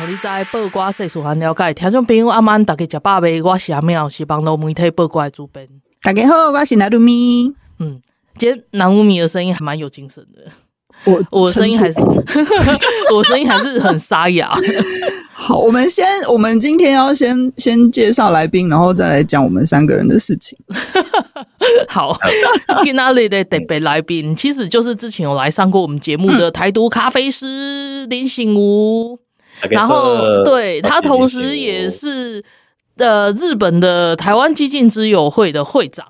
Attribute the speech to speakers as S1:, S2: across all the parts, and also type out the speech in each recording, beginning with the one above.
S1: 互你知报瓜世事很了解，听众朋友阿曼大家食饱未？我是阿妙，是网络媒体报瓜的主编。
S2: 大家好，我是南露咪。
S1: 嗯，今天南无米的声音还蛮有精神的，
S2: 我
S1: 我的声音还是 我声音还是很沙哑。
S2: 好。我们先，我们今天要先先介绍来宾，然后再来讲我们三个人的事情。
S1: 好，今天里的特别来宾其实就是之前有来上过我们节目的台独咖啡师林醒吾。然后对他同时也是呃日本的台湾激进之友会的会长，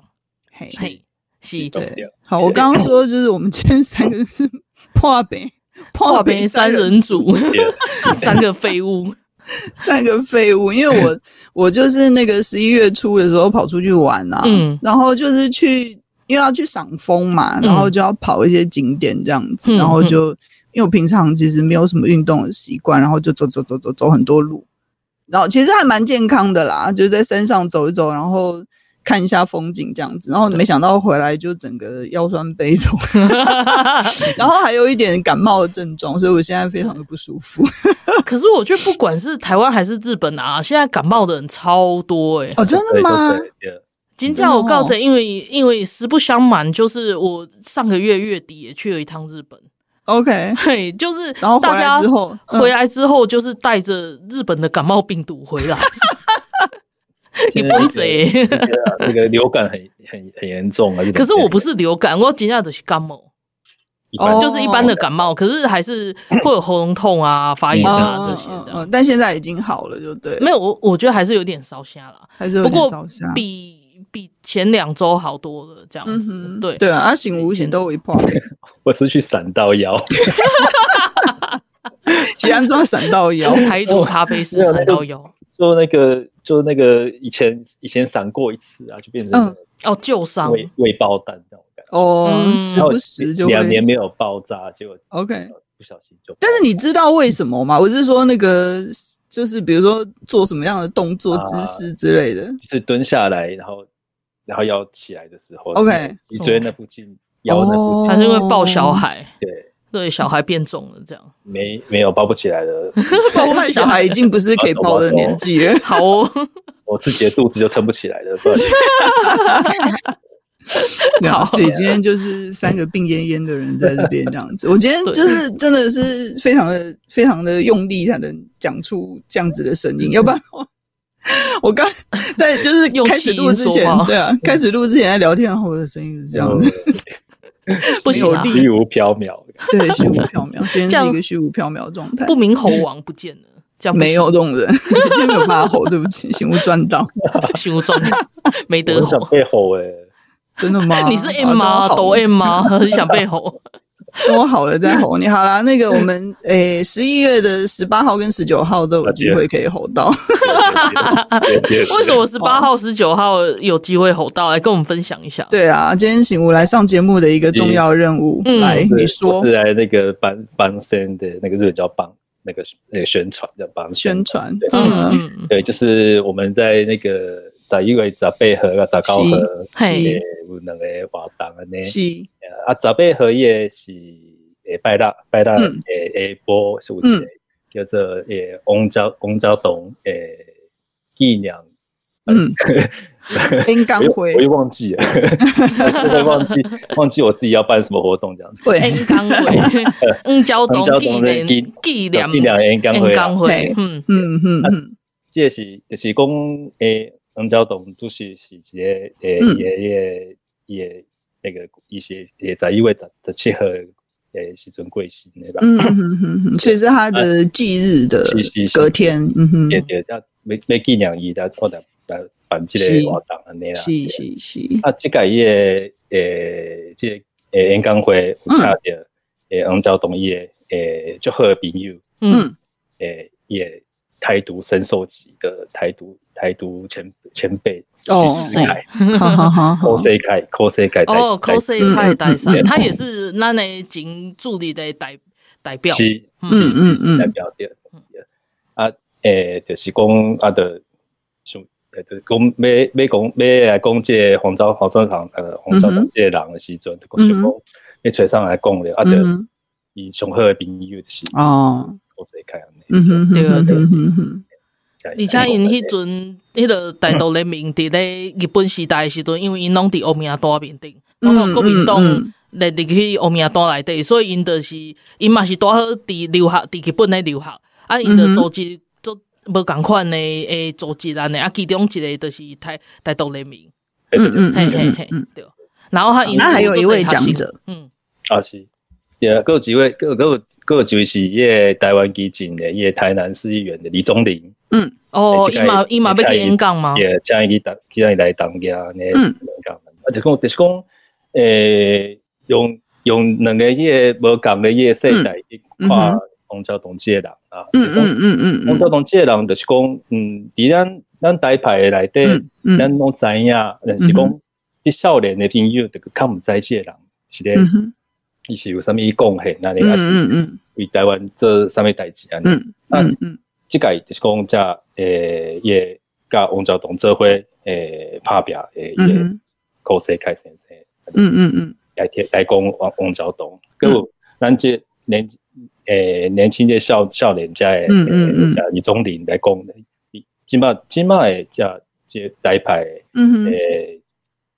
S2: 嘿，
S1: 嘿，是
S2: 对，好，我刚刚说就是我们今天三个人是 破北
S1: 跨边三人组， 三个废物，
S2: 三个废物，因为我我就是那个十一月初的时候跑出去玩啊，
S1: 嗯
S2: 然后就是去因为要去赏枫嘛，然后就要跑一些景点这样子，
S1: 嗯
S2: 然后就因为我平常其实没有什么运动的习惯，然后就走走走走走很多路，然后其实还蛮健康的啦，就是在山上走一走，然后。看一下风景这样子，然后没想到回来就整个腰酸背 痛，然后还有一点感冒的症状，所以我现在非常的不舒服。
S1: 可是我觉得不管是台湾还是日本啊，现在感冒的人超多诶、欸。
S2: 哦，真的吗？
S1: 今天我
S2: 哦
S1: 告着，因为因为实不相瞒，就是我上个月月底也去了一趟日本，
S2: OK，
S1: 嘿，就是
S2: 然后回
S1: 大家
S2: 来之后，嗯
S1: 回来之后就是带着日本的感冒病毒回来，你崩贼。
S3: 那个流感很很很严重啊。
S1: 可是我不是流感，我今天只是感冒，
S2: 哦
S1: 就是一般的感冒，可是还是会有喉咙痛啊、发炎啊这些这
S2: 嗯嗯
S1: 样
S2: 嗯。但现在已经好了，就对，
S1: 没有，我我觉得还是有点烧瞎啦，
S2: 还是有
S1: 不
S2: 点
S1: 过
S2: 烧香
S1: 比比前两周好多了，这样
S2: 嗯
S1: 子。
S2: 哼，
S1: 对
S2: 对啊，阿醒无形都有一 破，
S3: 我是去闪到腰，
S2: 吉安庄闪到腰，
S1: 台独咖啡师三到腰
S3: 就那个就那个以前以前闪过一次啊，就变
S2: 嗯
S3: 成
S1: 哦，旧伤
S3: 未未爆弹那种感觉。
S2: 哦
S1: 嗯，
S2: 时
S3: 然后
S2: 不时就
S3: 两
S2: 会
S3: 年没有爆炸，结果
S2: OK。
S3: 不小心就。
S2: 但是你知道为什么吗？我是说那个，就是比如说做什么样的动作、
S3: 啊
S2: 姿势之类的。
S3: 就是蹲下来，然后然后要起来的时候
S2: OK
S3: 脊椎那附近、腰那附
S2: 哦
S3: 近，
S1: 还是因为抱小孩，
S3: 对，
S1: 对小孩变重了这样。
S3: 没没有抱不起 来的，
S1: 抱不
S2: 看
S1: 起来
S2: 小孩已经不是可 以抱的年纪了。
S1: 好哦，
S3: 我自己的肚子就撑不起来了。不然
S2: 对啊
S1: 好
S2: 所以今天就是三个病恹恹的人在这边这样子。我今天就是真的是非常的非常的用力才能讲出这样子的声音，要不然我我刚 在就是
S1: 用
S2: 开
S1: 气
S2: 始
S1: 音
S2: 录之
S1: 说
S2: 前
S1: 话，嗯
S2: 对啊，开始录之前在聊天，然后我的声音是 这样子，
S1: 不
S2: 没
S1: 行
S2: 有
S1: 啊，
S2: 力
S3: 虚无缥缈。
S2: 对，虚无缥缈，今天
S1: 这
S2: 是
S1: 样
S2: 一个虚无缥缈的状态
S1: 不。明猴王不见了，这样不行
S2: 没有这 种人，今天没有办法吼，对不起，醒悟赚到，
S1: 修装没
S3: 我
S1: 得
S3: 很想
S1: 吼。
S3: 被吼哎、欸，
S2: 真的吗？
S1: 你是啊 M 吗？
S2: 啊好
S1: 抖 M 吗？很想被吼。
S2: 等我好了再吼你。好啦，那
S1: 嗯
S2: 个我们诶，十一月的十八号跟十九号都有机会可以吼到。
S1: 为什么十八号、十九号有机会吼到？来跟我们分享一下。
S2: 对啊，今天醒吾来上节目的一个重要任务，
S1: 嗯
S2: 来
S3: 对
S2: 哎你说
S3: 我是来那个帮帮森的那个日本叫帮那个那个宣传叫帮
S2: 宣传，
S3: 对
S1: 嗯
S2: 嗯，
S1: 嗯，
S3: 对，就是我们在那个在因为杂贝河啊杂高河，
S1: 嘿，
S3: 诶，有两个活动安尼。
S1: 嗯
S2: 是
S3: 啊，杂贝河也是诶拜大拜大
S2: 嗯
S3: 诶诶波是有一个叫做诶翁昭翁昭董诶姨娘。
S2: 嗯，应
S3: 我
S2: 刚
S3: 又
S2: 回
S3: 哎我又忘记了， 真的忘记忘记我自己要办什么活动这样子。
S2: 对，
S1: N 钢会，嗯，交通
S3: 嗯交通
S1: 纪
S3: 的纪
S1: 念纪念
S3: 纪念 N 钢会啊
S1: N 钢会
S2: 嘿，
S1: 嗯，
S2: 嗯嗯嗯，
S3: 这是就是讲诶，王昭董主席是一个诶
S2: 嗯
S3: 也也也那个一些也在因为在在七号诶时阵过世对吧？
S2: 嗯嗯嗯嗯嗯，所以是他的忌日的
S3: 哎是是啊是
S2: 隔天，嗯哼，
S3: 也也要没没纪念伊，才我才才办这
S2: 是
S3: 个活动安尼啦。
S2: 是是是，
S3: 啊，这个也诶，这个诶演讲会有呃请着诶王昭东伊诶诶足呃好诶朋友，呃
S1: 嗯，
S3: 诶伊诶台独深受级的台独台独前前辈，
S2: 哦
S3: 是世凯，
S2: 好好好好
S3: 柯，世凯，柯世凯在
S1: 哦
S3: 在
S1: ，cos 太大
S3: 嗯
S1: 赛，
S3: 嗯
S1: 他也是咱的前助理的代代表，
S3: 是
S2: 嗯嗯
S3: 代
S2: 嗯，
S3: 表着啊，诶、就是讲啊，的，想，诶，就是讲要要讲要来讲这个黄昭黄昭堂呃黄昭堂这个人的时阵，就
S2: 嗯
S3: 想
S2: 哼
S3: 讲要找上来讲了，啊，
S2: 嗯
S3: 就
S2: 哼
S3: 伊上好的朋友就是
S2: 哦，
S3: 我谁开安尼，
S2: 嗯哼，
S1: 对啊
S2: 嗯哼
S1: 对
S2: 嗯哼哼
S1: 而且因迄阵迄个大道人民伫咧日本时代的时阵，因为因拢伫欧米亚大面顶，然后国民党
S2: 嗯
S1: 来入去欧米亚大内底，所以因就是因嘛是带好伫留学，伫日本咧留学，啊因
S2: 嗯
S1: 就
S2: 哼
S1: 组织做无共款的诶组织安尼，啊其中一个就是台台道人民，
S2: 嗯嗯
S1: 嘿
S2: 嗯
S1: 嘿
S2: 嗯
S1: 嘿
S2: 嗯，，
S1: 对。然后他引
S2: 那还有
S1: 入
S2: 一
S1: 做
S2: 位
S1: 这学
S2: 讲
S1: 习
S2: 者，
S1: 嗯，
S3: 啊是，也还有几位，还有还有还有一位是也台湾基进的，也台南市议员的李宗霖，
S1: 哦，伊
S3: 哎这个
S1: 嘛伊嘛要去演讲嘛，
S3: 也这样去当，这样来当家呢，
S2: 嗯
S3: 讲，啊，就是讲，就是讲，诶，用用两个迄个无共的迄个世代去
S2: 嗯嗯
S3: 看
S2: 哼
S3: 黄朝同这个人啊，
S2: 嗯嗯嗯嗯
S3: 黄
S2: 嗯
S3: 朝同这个人就是讲，嗯，伫咱咱台派的内底，
S2: 嗯
S3: 咱拢知影，但是
S2: 嗯
S3: 讲，你少年的朋友，就较毋知这个人是咧
S2: 嗯，哼
S3: 伊是有啥物贡献，那
S2: 嗯
S3: 你啊是
S2: 嗯嗯
S3: 为台湾做啥物代志安尼。
S2: 嗯嗯嗯
S3: 即个就是讲，遮诶，也甲王兆东做伙诶拍拼诶，
S2: 嗯
S3: 也
S2: 哼
S3: 柯世凯先生
S2: 嗯嗯嗯
S3: 来听来讲王王兆东，还有咱这年诶年轻这少少年家诶，
S2: 嗯嗯嗯
S3: 呃，李宗霖来讲，即马即马诶，遮这台派
S2: 嗯嗯
S3: 诶，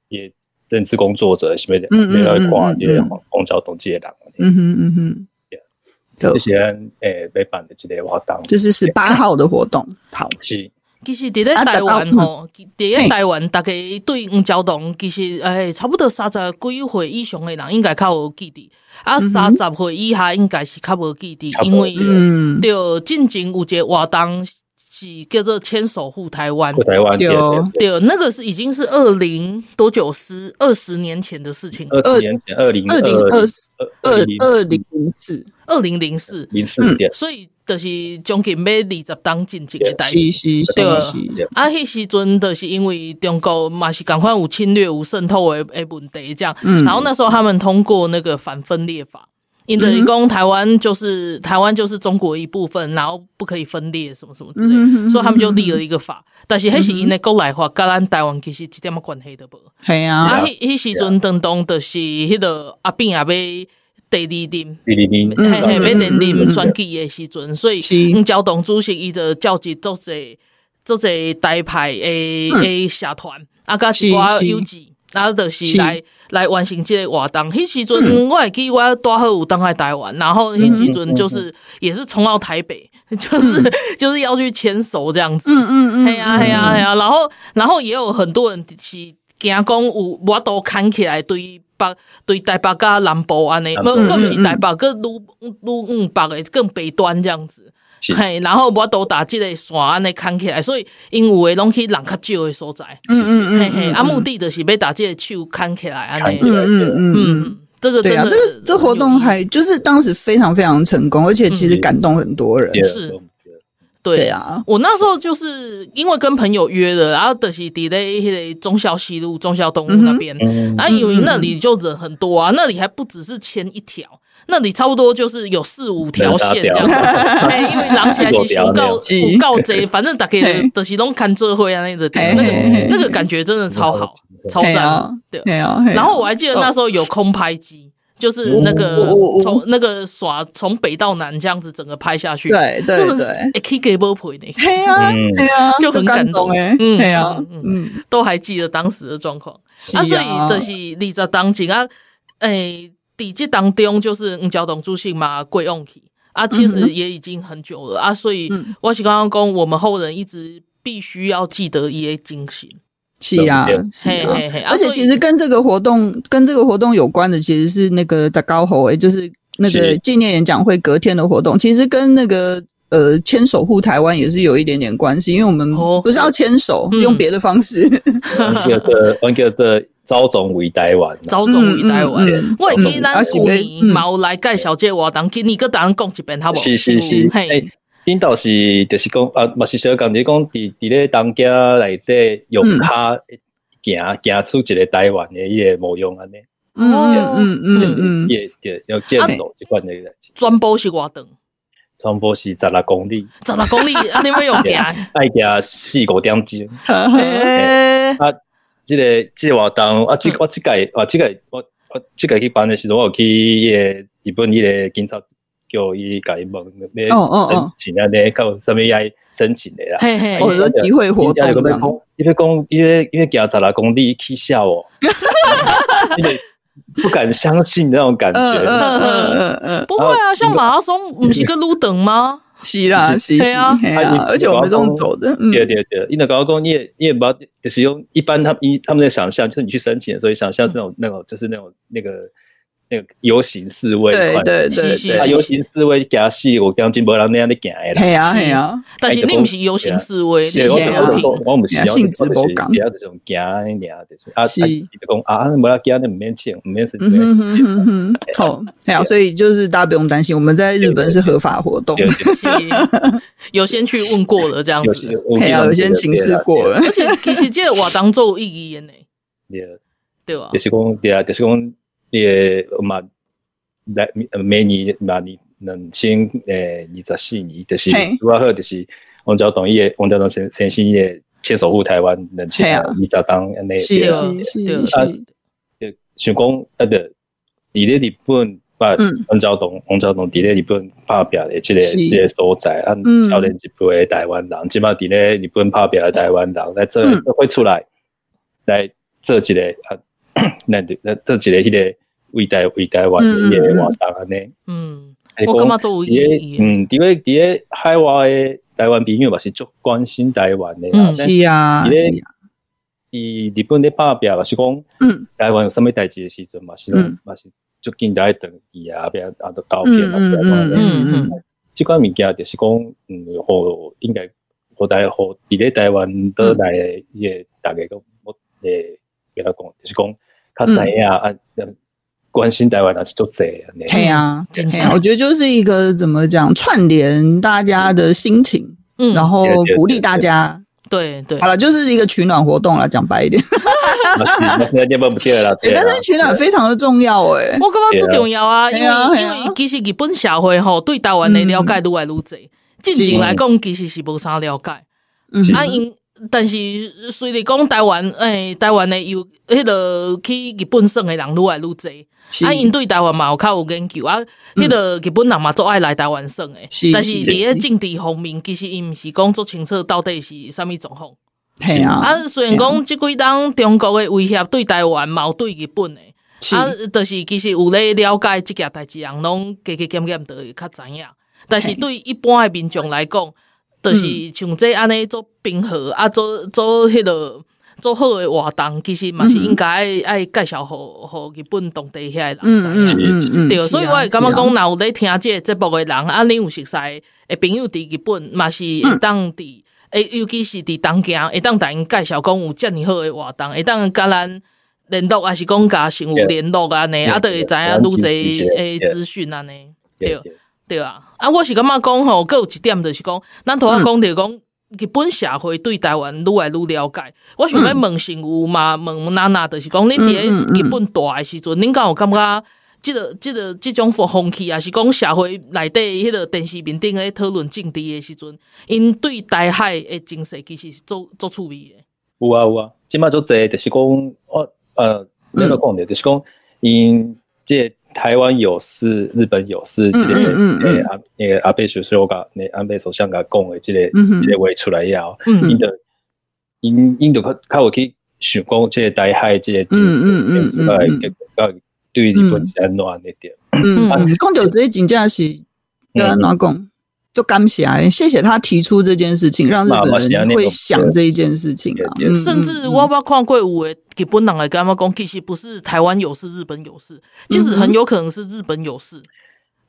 S3: 也政治工作者是不是？
S2: 嗯嗯嗯
S3: 要
S2: 嗯
S3: 看这个
S2: 嗯
S3: 王王兆东这个人，
S2: 嗯嗯嗯，
S3: 这是咱诶要办的一个活动，
S2: 这是十八号的活动，好，
S3: 是
S1: 其实伫咧
S2: 啊
S1: 台湾
S2: 十八
S1: 吼，伫咧台湾，大家对黄朝栋其实诶，差不多三十几岁以上的人应该较有记忆，啊，
S2: 嗯
S1: 三
S2: 哼
S1: 十岁以下应该是较无记忆
S3: 较，无
S1: 因为
S3: 对
S2: 嗯，
S1: 着进前有一个活动是叫做“牵手护台湾
S3: 去台湾
S2: 对哦
S3: 二”，
S1: 对，那个是已经是二零多久十二十年前的事情，
S3: 十年前，二零
S2: 二零二二
S3: 零
S1: 啊
S2: 二零零四，
S1: 二零零嗯四，
S3: 零四年，
S1: 所以就是将近要二十当进前的代志
S2: 是。是是
S1: 对
S2: 是，
S1: 啊，迄时阵就是因为中国嘛是赶快有侵略、有渗透的诶问题这样，
S2: 嗯
S1: 然后那时候他们通过那个反分裂法，因为讲台湾就是台湾就是中国一部分，然后不可以分裂什么什么之类的，
S2: 嗯哼嗯哼嗯
S1: 所以他们就立了一个法。但是迄是因的国内化，甲咱台湾其实一点仔关系都无。
S2: 系啊
S1: 啊，，迄迄时阵当当就是迄个阿扁也要。第二任，
S3: 二零零
S1: 嘿嘿，要连
S2: 嗯嗯嗯
S1: 任
S2: 嗯
S1: 选举的时阵，所以
S2: 是
S1: 黄交董主席伊就召集做者做者台派诶
S2: 嗯
S1: 诶社团，啊甲
S2: 是
S1: 一寡
S2: 是
S1: 友志，啊就是
S2: 是嗯
S1: 来来完成即个活动。迄时阵我会记我带好有当来台湾，然后迄时阵就是也是冲到台北， 就是就是要去牵手这样子。
S2: 嗯嗯嗯，
S1: 嘿啊嘿啊嘿啊，然后然后也有很多人是惊讲有我都牵起来对北对台北甲南部安尼，
S3: 南
S1: 无
S3: 部
S1: 更毋
S2: 嗯
S1: 是
S2: 嗯
S1: 台北，更愈愈往北诶，更北端这样子。
S3: 是
S1: 嘿，然后我都打即个线安尼牵起来，所以因有诶拢去人较少诶所在，
S2: 嗯嗯嗯，
S1: 嘿嘿，啊目的就是要打即个手牵起来安尼
S3: 牵起，来
S2: 嗯嗯嗯嗯。
S1: 嗯，这个真
S2: 对啊，
S1: 的
S2: 这个这活动还就是当时非常非常成功，而且其
S1: 嗯
S2: 实感动很多人。对
S1: 对
S2: 啊，
S1: 我那时候就是因为跟朋友约了，然后就是伫咧迄个忠孝西路、忠孝东路那边，
S3: 嗯
S1: 啊，因为那里就人很多啊，那里还不只是牵一条，那里差不多就是有四五条线这样。 哎，因为人起来是有 告
S2: 是
S1: 有告贼，反正大概
S2: 嘿
S1: 就是拢看这会啊那个
S2: 嘿
S1: 那
S2: 嘿
S1: 个
S2: 嘿
S1: 那个感觉真的超好，超
S2: 嘿啊
S1: 赞。对，
S2: 对啊，嘿啊
S1: 然后我还记得那时候有空拍机，就是那个
S2: 哦哦哦
S1: 从那个耍从北到南这样子整个拍下去，
S2: 对对
S1: 真
S2: 对
S1: 的，是，哎可以给波陪呢，
S2: 嘿啊
S3: 嗯
S2: 嘿啊，
S1: 就很
S2: 感
S1: 感动
S2: 哎，
S1: 嗯
S2: 嘿啊
S1: 嗯
S2: 嗯，
S1: 都还记得当时的状况。啊，所以就是二十当前啊，诶、伫这当中就是黄交董主席嘛，过用去啊，其
S2: 嗯
S1: 实
S2: 哼
S1: 也已经很久了、啊，所以
S2: 嗯
S1: 我是刚刚讲，我们后人一直必须要记得伊的精神，
S2: 是啊，是
S1: 嘿
S2: 啊。
S1: 嘿嘿，啊
S2: 而且其实跟这个活动跟这个活动有关的，其实是那个的高侯哎，就是那个
S3: 是
S2: 纪念演讲会隔天的活动，其实跟那个。呃，牵手护台湾也是有一点点关系，因为我们
S1: 哦
S2: 不是要牵手，
S1: 嗯
S2: 用别的方式。
S3: 叫做阮叫做早总为台湾啦，
S1: 早总为台湾
S2: 嗯嗯嗯。
S1: 我会记咱
S2: 啊是
S1: 旧
S2: 要
S1: 年
S2: 嗯
S1: 嘛有来介绍这个活动，今年搁咱讲一遍好无？
S3: 是是是
S1: 嗯，
S2: 哎
S1: 嘿，
S3: 诶，领导是就是讲啊，嘛是小讲，就是讲伫伫咧东京内底用卡行行出一个台湾的迄个模样安尼，
S2: 嗯
S1: 哦
S2: 嗯嗯嗯嗯，
S3: 也也要建筑一款的，
S1: 全部是活动，
S3: 差不多是十六公里，
S1: 十六公里，安尼要用 行的。
S3: 爱行四五点钟。
S2: 哎
S1: 诶，
S3: 即、个即、个活动啊，即、我即届啊，即届我我即届去办的时候，我有去迄个日本迄个警察叫伊甲伊问要
S2: 哦哦哦
S3: 申请安尼，到有啥物爱申请的啦。
S1: 嘿嘿
S2: 我
S1: 嘿，
S2: 的集会活
S3: 伊
S2: 动
S3: 就
S2: 这
S3: 讲
S2: 样，，
S3: 伊要讲，伊要伊要行十六公里去笑哦，因为不敢相信那种感觉。
S2: 嗯嗯嗯嗯，
S1: 不会啊，像马拉松不是个路等吗？
S2: 是
S3: 啊
S2: 啦是是，而且我们这种走的，嗯
S3: 对对对，因为高工你也你也不要，就是用一般他们一他们的想象，就是你去申请的时候，想象是那种、那种就是那种那个那个游行示威，
S2: 对对对
S1: 是
S3: 啊
S2: 对，
S3: 游行示威加戏，我刚进无人那样咧行的啦。
S2: 嘿啊嘿啊，
S1: 但是你不是游行示威，你
S3: 是我
S1: 是
S2: 嘿啊
S1: 和
S3: 我
S1: 平。
S3: 我我唔是，其他这种行的尔，就是啊，伊就讲啊，无要行，你唔免请，唔免申
S2: 嗯
S3: 请。
S2: 哼哼哼哼， 好，哎呀，所以就是大家不用担心，我们在日本是合法活动，
S3: 对对，
S1: 是有先去问过了这样
S3: 有
S1: 子，
S3: 有
S2: 哎呀，有些情势过了，
S1: 而且其实这个活动做有意义的呢，
S3: 对。
S1: 对 吧
S3: 就？是讲，对啊，就是讲，呃，嘛，来呃每年嘛，你两千诶二十四年，就是
S2: 嘿
S3: 拄啊好，就是王昭东伊诶，王昭东先先生伊诶牵手赴台湾两
S2: 嘿
S3: 千
S2: 啊
S3: 二十当安尼，
S2: 是
S1: 对啊
S2: 是是
S1: 对啊
S2: 是，
S3: 就想讲，啊，着伫咧日本把
S2: 嗯
S3: 王昭东王昭东伫咧日本拍拼诶，即个
S2: 是
S3: 即个所在，啊
S2: 嗯，
S3: 少年一辈诶台湾人，即摆伫咧日本拍拼诶台湾人，来做
S2: 嗯
S3: 做会出来，来做一个啊， 咱就咱做一个迄个为台为台湾
S2: 嗯
S3: 诶迄个活动安尼。
S1: 嗯，
S3: 就是
S1: 我
S3: 讲
S1: 感觉都有
S3: 伫
S1: 意
S3: 咧
S1: 义的。
S3: 嗯，伫咧伫咧海外诶台湾朋友嘛是足关心台湾诶啦
S1: 嗯，
S3: 咱
S2: 是啊是啊，
S3: 伊日本咧拍拼嘛是讲。
S2: 嗯
S3: 台湾有啥物代志的时阵嘛是
S2: 嗯
S3: 嘛是足紧就爱等伊啊，变啊都刀片
S2: 嗯
S3: 啊，变
S2: 嗯
S3: 啊，
S2: 嗯嗯，
S3: 即款物件就是讲，嗯，互应该互台互伫咧台湾倒来诶，伊个大家个我诶，比较讲就是讲较知影啊，呃关心台湾人是足济安尼。
S2: 嘿啊。
S1: 真
S2: 哎呀，我
S1: 正
S2: 觉得就是一个怎么讲，串联大家的心情，
S1: 嗯，
S2: 然后
S3: 对对
S2: 鼓励大家。
S1: 对对
S2: 好，了，就是一个取暖活动了，讲白一点。
S3: 那那念不不对啦，
S2: 哎
S3: 对
S1: 啊
S3: 啦
S2: 但是取暖非常的重要哎、
S1: 我感觉最重要啊，因
S2: 对啊
S1: 为
S2: 对
S1: 因
S2: 啊
S1: 为其实日本社会吼对台湾的了解愈来愈侪，进前来讲其实是无啥了解。
S2: 嗯
S1: 啊，因但是随着讲台湾，诶、台湾的有迄落去日本省的人愈来愈侪，
S2: 是嗯
S1: 啊，因对台湾嘛有较有研究啊，迄落日本人嘛做爱来台湾省的，
S2: 是
S1: 但是伫
S2: 是
S1: 咧
S2: 是
S1: 政治方面，其实伊毋是讲做清楚到底是啥物状况。
S2: 嘿啊，
S1: 啊，虽然讲即几当中国的威胁对台湾，嘛有对日本的。
S2: 是
S1: 啊，就是其实有咧了解即件代志，人拢加加减减都会较知影。但是
S2: 嘿嗯
S1: 对一般诶民众来讲，就是像这安尼做平和啊，做做迄、落做好诶活动，其实嘛是
S2: 嗯
S1: 应该爱爱介绍互互日本当地遐诶人
S2: 嗯
S1: 知影。
S2: 嗯嗯嗯，
S1: 对，
S2: 是啊
S1: 所以我会感觉
S2: 是
S1: 讲，
S2: 啊
S1: 若有咧听即个节目诶人，啊，恁有熟悉诶朋友伫日本，嘛是会当伫诶，尤其是伫东京，会当甲因介绍讲有遮尔好诶活动，会当甲咱联络，还是讲甲新有联络安尼，
S3: 对
S1: 啊，就会知影愈侪诶
S3: 对
S1: 资讯安尼，
S3: 对
S1: 对对啊。啊，我是感觉讲吼，佮有一点就是讲，咱头仔
S2: 嗯
S1: 讲着讲。日本社会对台湾愈来愈了解，我想要问新有嘛，问娜娜，就是讲恁伫咧
S2: 嗯嗯嗯嗯
S1: 日本大诶时阵，恁敢有感觉即个、即个、即种风气，也是讲社会内底迄个电视面顶咧讨论政治诶时阵，因对台海诶情势其实是做做趣味诶。
S3: 有啊有啊，即摆足侪就是讲，我
S2: 嗯
S3: 呃，那个讲着就是讲，因即台湾有事，日本有事，即个
S2: 嗯嗯嗯
S3: 诶阿那个阿贝首相甲那安倍首相甲讲诶，即个
S2: 嗯哼
S3: 即个话出来以后，因
S1: 嗯
S3: 着因因着较较有去想讲即个台海即个
S2: 嗯嗯嗯嗯
S3: 诶
S2: 嗯，
S3: 结到底对日本是安怎安尼着？
S2: 嗯嗯，讲到这真正是要安怎讲，就感谢的，谢谢他提出这件事情，让日本人会想这一件事情啊，嗯
S1: 甚至我捌看过有诶日本人来跟他们讲，其实不是台湾有事，日本有事，其实很有可能是日本有事。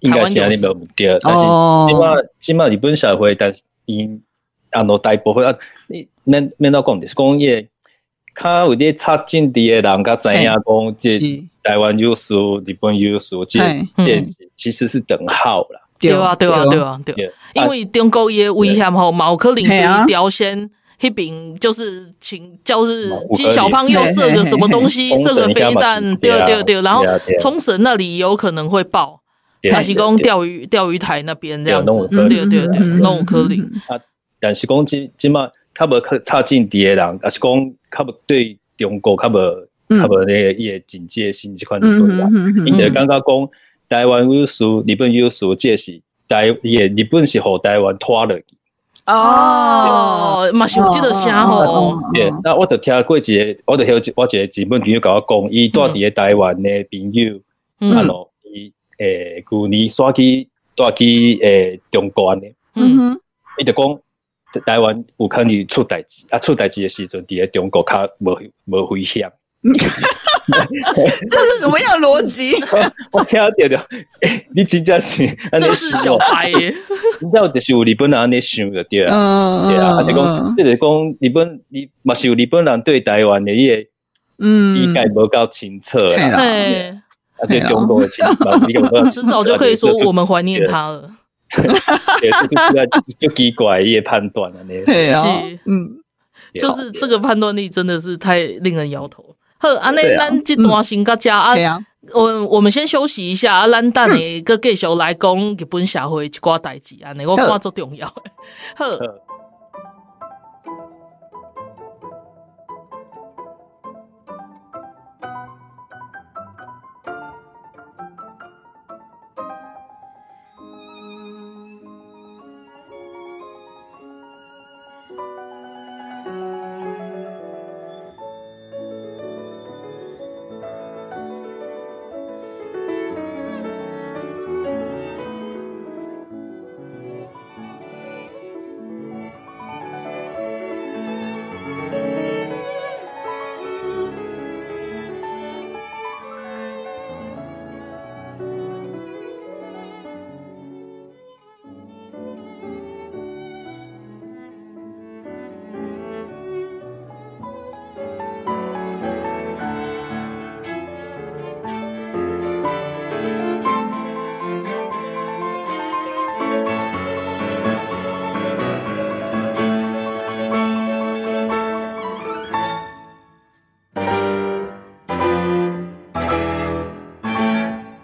S3: 应该是安尼无毋对，啊但是
S2: 哦
S3: 即码即码日本社会，但是因啊，喏大部分啊，你免免到讲，就是讲伊较有咧插政治诶人，较知影讲即
S2: 是
S3: 台湾有事、日本有事，即
S2: 嘿嗯
S3: 即其实是等号啦。
S1: 对啊，对啊，对，啊，对啊，因为中国伊的危险吼，嘛有可能
S2: 嘿啊
S1: 对朝鲜迄边就是请就是
S3: 嘛有可能
S1: 金小胖又射个什么东西，
S3: 嘿嘿嘿
S1: 射个飞
S3: 冲绳那
S1: 弹，
S3: 嘛是对
S1: 对
S3: 啊
S1: 对对，然后
S3: 对啊对啊
S1: 冲绳那里有可能会爆，
S3: 对啊
S1: 还是讲钓鱼钓鱼台那边这样
S3: 对
S1: 子，
S3: 都有可能
S1: 对啊对对，
S2: 嗯
S1: 拢有可能。
S3: 但是讲即即马较无较插政治诶人，也是讲较无对中国较无
S2: 嗯
S3: 较无咧伊诶警戒心即款
S2: 嗯
S3: 物
S2: 嗯
S3: 啦。
S2: 嗯嗯
S3: 因就感觉讲台湾有事、日本有事，即是台伊诶日本是互台湾拖落去。
S2: 嗯，哦，
S1: 哦，嘛是有这个声
S2: 哦
S1: 吼，
S3: 对，那我就听过一个，我就听一我一个日本朋友甲我讲，伊住伫咧台湾的朋友，啊
S1: 嗯
S3: 咯，伊诶旧年刷去住去诶中国安尼，
S1: 嗯，
S2: 嗯
S3: 伊就讲台湾有可能出代志，啊出代志的时阵，伫咧中国较无无危险。
S2: 这是什么样的逻 辑？
S3: 我听着着，诶，你真正是，
S1: 政治小白耶，
S3: 你知道就是有日本人安尼想着对啊，
S2: 嗯，
S3: 对啊，啊就讲，即就讲日本，日嘛是有日本人对台湾的伊个理
S2: 嗯，啊
S3: 解无够清楚
S2: 嘿
S3: 啦。
S2: 啦
S1: 对，
S3: 而且中国的情报，你有
S1: 迟早就可以 说我们怀念他了。
S3: 也是就就奇怪伊的判断了呢。
S2: 对啊
S1: 是，
S2: 嗯，
S1: 就是这个判断力真的是太令人摇头。好，安内
S3: 对啊
S1: 咱这段先到这啊
S2: 对，啊，
S1: 我我们先休息一下，啊，咱等下个继续来讲日本社会一寡代志安尼，我
S2: 好
S1: 看足重要的。 好，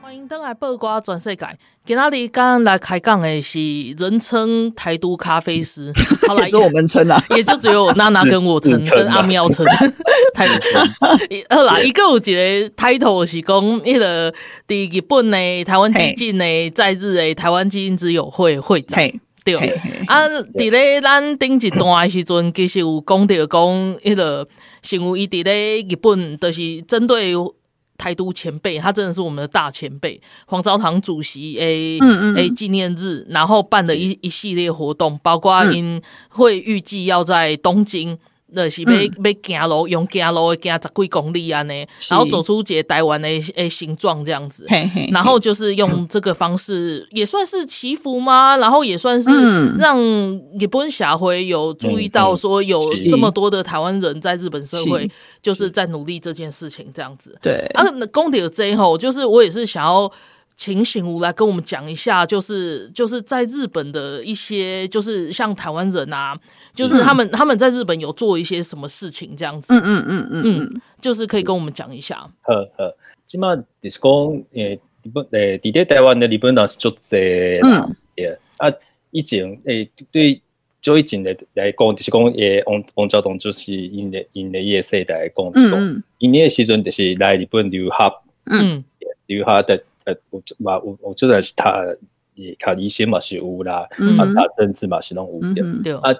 S1: 欢迎登来报瓜全世界。今仔日刚来开讲的是人称台都咖啡 师，好来
S2: 也是我们称 啊，
S1: 也就只有娜娜跟我称，
S3: 自称啊
S1: 跟阿喵称。台好啦，一个有一个 title 是讲迄个伫日本的台湾基金的在日的台湾基金之友会会长
S2: 嘿，
S1: 对。
S2: 嘿嘿，
S1: 啊，伫咧咱顶一段的时阵，其实有讲到讲迄个新有伊伫咧日本，就是针对台独前辈，他真的是我们的大前辈，黄昭堂主席诶
S2: 嗯嗯嗯
S1: 诶纪念日，然后办了一一系列活动，包括
S2: 嗯
S1: 因会预计要在东京。就是要、
S2: 嗯
S1: 要行路，用行路的行十几公里安尼，
S2: 是
S1: 然后走出一个台湾的诶形状这样子。
S2: 嘿嘿，
S1: 然后就是用这个方式，也算是祈福吗？然后也算是
S2: 嗯
S1: 让日本社会有注意到说有这么多的台湾人在日本社会
S2: 是
S1: 就是在努力这件事情，这样子。
S2: 对，
S1: 啊，那公敌这吼，就是我也是想要请醒吾来跟我们讲一下，就是就是在日本的一些，就是像台湾人啊，就是他们、他们在日本有做一些什么事情这样子，
S2: 嗯嗯嗯嗯嗯，
S1: 就是可以跟我们讲一下。
S3: 好好，即马就是讲诶，日本诶，伫咧台湾的日本人是足侪啦，对啊，以前诶对。就以前来来讲，就是讲诶，王王昭东就是因的因的伊个世代来讲，
S2: 嗯嗯
S3: 因迄个时阵就是来日本留学，
S1: 嗯
S3: 留学的呃，有嘛有有即阵是读诶，读医生嘛是有啦，
S2: 嗯
S3: 啊，
S2: 嗯
S3: 读政治嘛是拢有
S2: 嗯
S3: 对。
S2: 嗯
S1: 对，哦
S3: 啊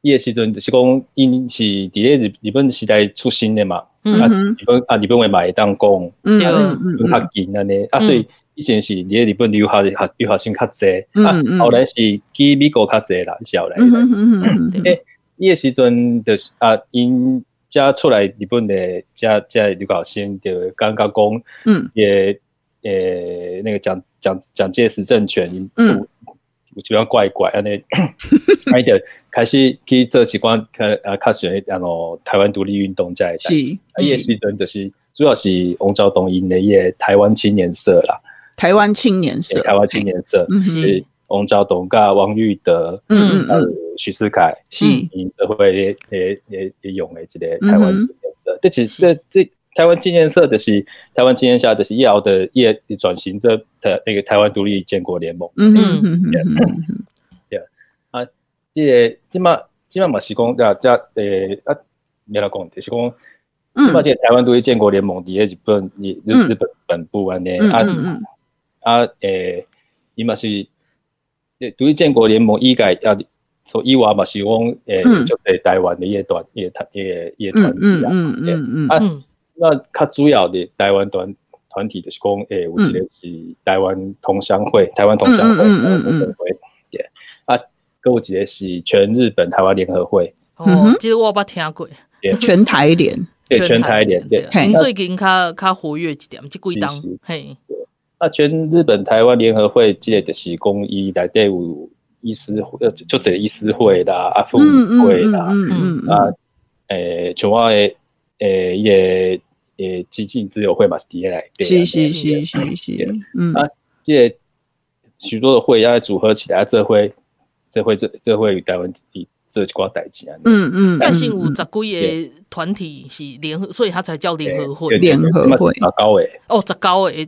S3: 伊诶时阵就是讲，因是伫咧日日本时代出生诶嘛，啊
S2: 嗯
S3: 日本啊日本话嘛会当讲，
S2: 嗯
S3: 日本较近安尼，啊所以以前是伫咧日本留学的学留学生较济，
S2: 嗯嗯
S3: 啊后来是去美国较济啦，是后来
S2: 嗯。嗯嗯嗯，
S3: 伊诶时阵就是啊因。遮出来日本的遮遮留学生就感觉讲，
S2: 嗯，
S3: 也诶那个蒋蒋蒋介石政权，
S2: 嗯
S3: 有，有就要怪怪安尼，啊伊就开始去做一寡较啊较选啊喏台湾独立运动在，
S2: 是
S3: 啊，伊诶时阵就是主要是王昭东因的伊诶台湾青年社啦，
S2: 台湾青年社
S3: 诶，台湾青年社
S2: 嗯哼
S3: 是王昭东甲王玉德，
S2: 嗯嗯
S3: 还有
S2: 嗯，
S3: 呃许世凯，嗯
S2: 是嗯
S3: 因都会咧咧咧咧用的一个台湾纪念社，这其实这这台湾纪念社就是台湾纪念社就是以后的业转型这的那个台湾独立建国联盟
S2: 嗯嗯嗯嗯嗯嗯，
S3: 啊，这个即嘛即嘛嘛是讲啊这诶啊，你来讲就是讲。
S2: 嗯
S3: 即嘛，这个台湾独立建国联盟伫咧日本，日日本本部安尼
S2: 嗯
S3: 啊
S2: 嗯嗯
S3: 啊诶，伊嘛是呃独立建国联盟以外啊，所以外嘛是讲诶
S2: 嗯，
S3: 就对台湾的乐团、乐团、乐乐团
S2: 嗯嗯
S3: 体啊。
S2: 嗯嗯嗯，
S3: 啊
S1: 嗯
S3: 那较主要的台湾团团体就是讲诶，有一个是台湾同乡会，台湾同乡会，
S2: 嗯嗯嗯嗯
S3: 台湾同乡会，对啊，搁有一个是全日本台湾联合会，
S2: 嗯
S1: 哦
S2: 哼，
S1: 这个我捌听过，
S2: 全台联，
S3: 对，全台联，对。
S2: 嘿
S1: 因最近较较活跃一点，即几当
S3: 是是
S1: 嘿，
S3: 啊，全日本台湾联合会即个就是公益内底有医师会，呃，就这医师会啦、啊妇
S2: 嗯
S3: 女会
S2: 嗯
S3: 啦，
S2: 嗯嗯
S3: 啊，诶、像我诶诶也诶激进自由会嘛是伫咧内底啊，
S2: 是是是是是，嗯
S3: 即个许多的会要组合起来，这会这会这这会与台湾地这一寡代志啊，
S2: 嗯嗯，
S1: 但是有十几个团体是联合，所以它才叫联合会
S3: 对对对
S2: 联合
S3: 这嘛是
S2: 会
S3: 较高诶，
S1: 哦，十九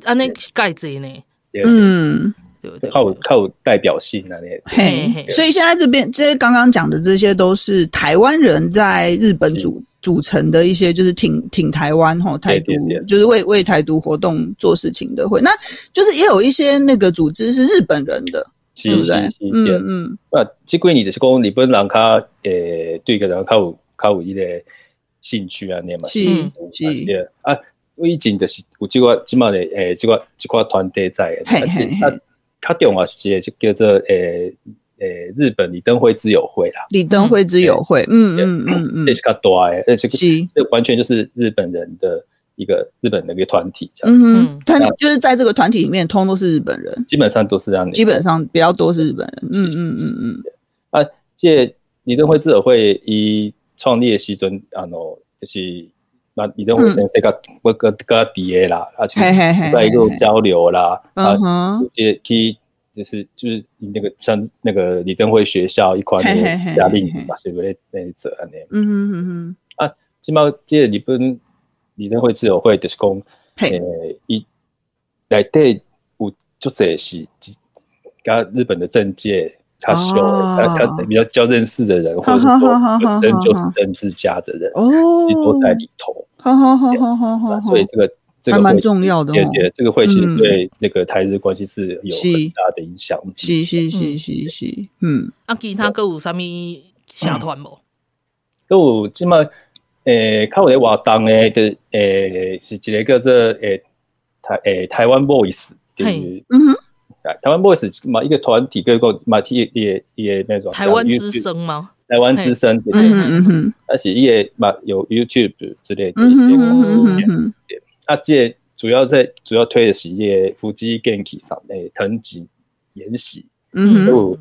S1: 个，安尼是介济呢，
S3: 对
S2: 嗯。
S1: 对不对？
S3: 靠有靠有代表性啊，那
S1: 嘿
S2: 嘿
S1: 嘿，
S2: 所以现在这边这些刚刚讲的这些都是台湾人在日本组组成的一些，就是挺挺台湾吼台独
S3: 对对对，
S2: 就是为为台独活动做事情的会，那就是也有一些那个组织是日本人的，
S3: 是
S2: 对不
S3: 是
S2: 对
S3: 是，？
S2: 嗯
S3: 对
S2: 嗯
S3: 啊，即几年就是讲日本人较诶、对个人较有较有迄个兴趣安尼嘛，
S2: 是
S3: 嗯
S2: 是
S3: 啊对啊，我以前就是有即个即满诶诶即呃个即个团队在的，
S2: 嘿
S3: 啊
S2: 嘿
S3: 啊
S2: 嘿，
S3: 较重要是一个就叫做诶诶、日本李登辉之友会啦，
S2: 李登辉之友会，嗯嗯嗯嗯
S3: 这，是较大诶，而且
S2: 是
S3: 这完全就是日本人的一个日本的一个团体，这样、
S2: 嗯哼，但就是在这个团体里面，通都是日本人，
S3: 基本上都是这样的一个，
S2: 基本上比较多是日本人，嗯嗯嗯嗯，
S3: 啊，这李登辉自由会伊创立的时阵，啊喏，就是那李登辉先生甲我个个底下啦，啊，
S2: 嘿嘿嘿，
S3: 在一路交流啦，啊
S2: 嗯，哼，
S3: 也去就是就是那个像那个李登辉学校一块
S2: 嘿嘿嘿
S3: 的夏令
S2: 嘿
S3: 营
S2: 嘿
S3: 嘛，是不是那一折安尼？
S2: 嗯哼嗯哼，
S3: 即码这日本李登辉自由会就是讲，
S2: 嘿，
S3: 诶，伊内底有足侪是甲日本的政界他修
S2: 哦
S3: 他他啊比较较认识的人，或
S2: 好
S3: 者
S2: 好好好好
S3: 说本身就是政治家的人，
S2: 哦
S3: 其实，都在里头。
S2: 好好好好好好
S3: 啊
S2: 好
S3: 所以，这个这个
S2: 还蛮
S3: 会
S2: 重要的哦
S3: 对对，这个会其
S2: 嗯
S3: 实对那个台日关系是有
S2: 是
S3: 很大的影响。
S2: 是是是是是，嗯
S1: 啊，其他阁有啥物社团无？
S3: 嗯都有即马诶，较有咧活动诶，就是诶是一个叫做诶台诶台湾 Voice，就是
S1: 嘿
S2: 嗯哼，
S3: 啊台湾 Voice 嘛一个团体，跟一个嘛也也也那种
S1: 台湾
S3: 像
S1: 之
S3: YouTube-
S1: 声吗？
S3: 台湾之声，对
S2: 嗯
S3: 对，
S2: 嗯嗯
S3: 而且也嘛有 YouTube 之类的
S2: 嗯
S3: 节
S2: 嗯
S3: 目。
S2: 嗯嗯
S3: 啊，这主要在主要推的是也伏击 Genki 上诶藤井研喜、
S2: 嗯嗯
S3: 有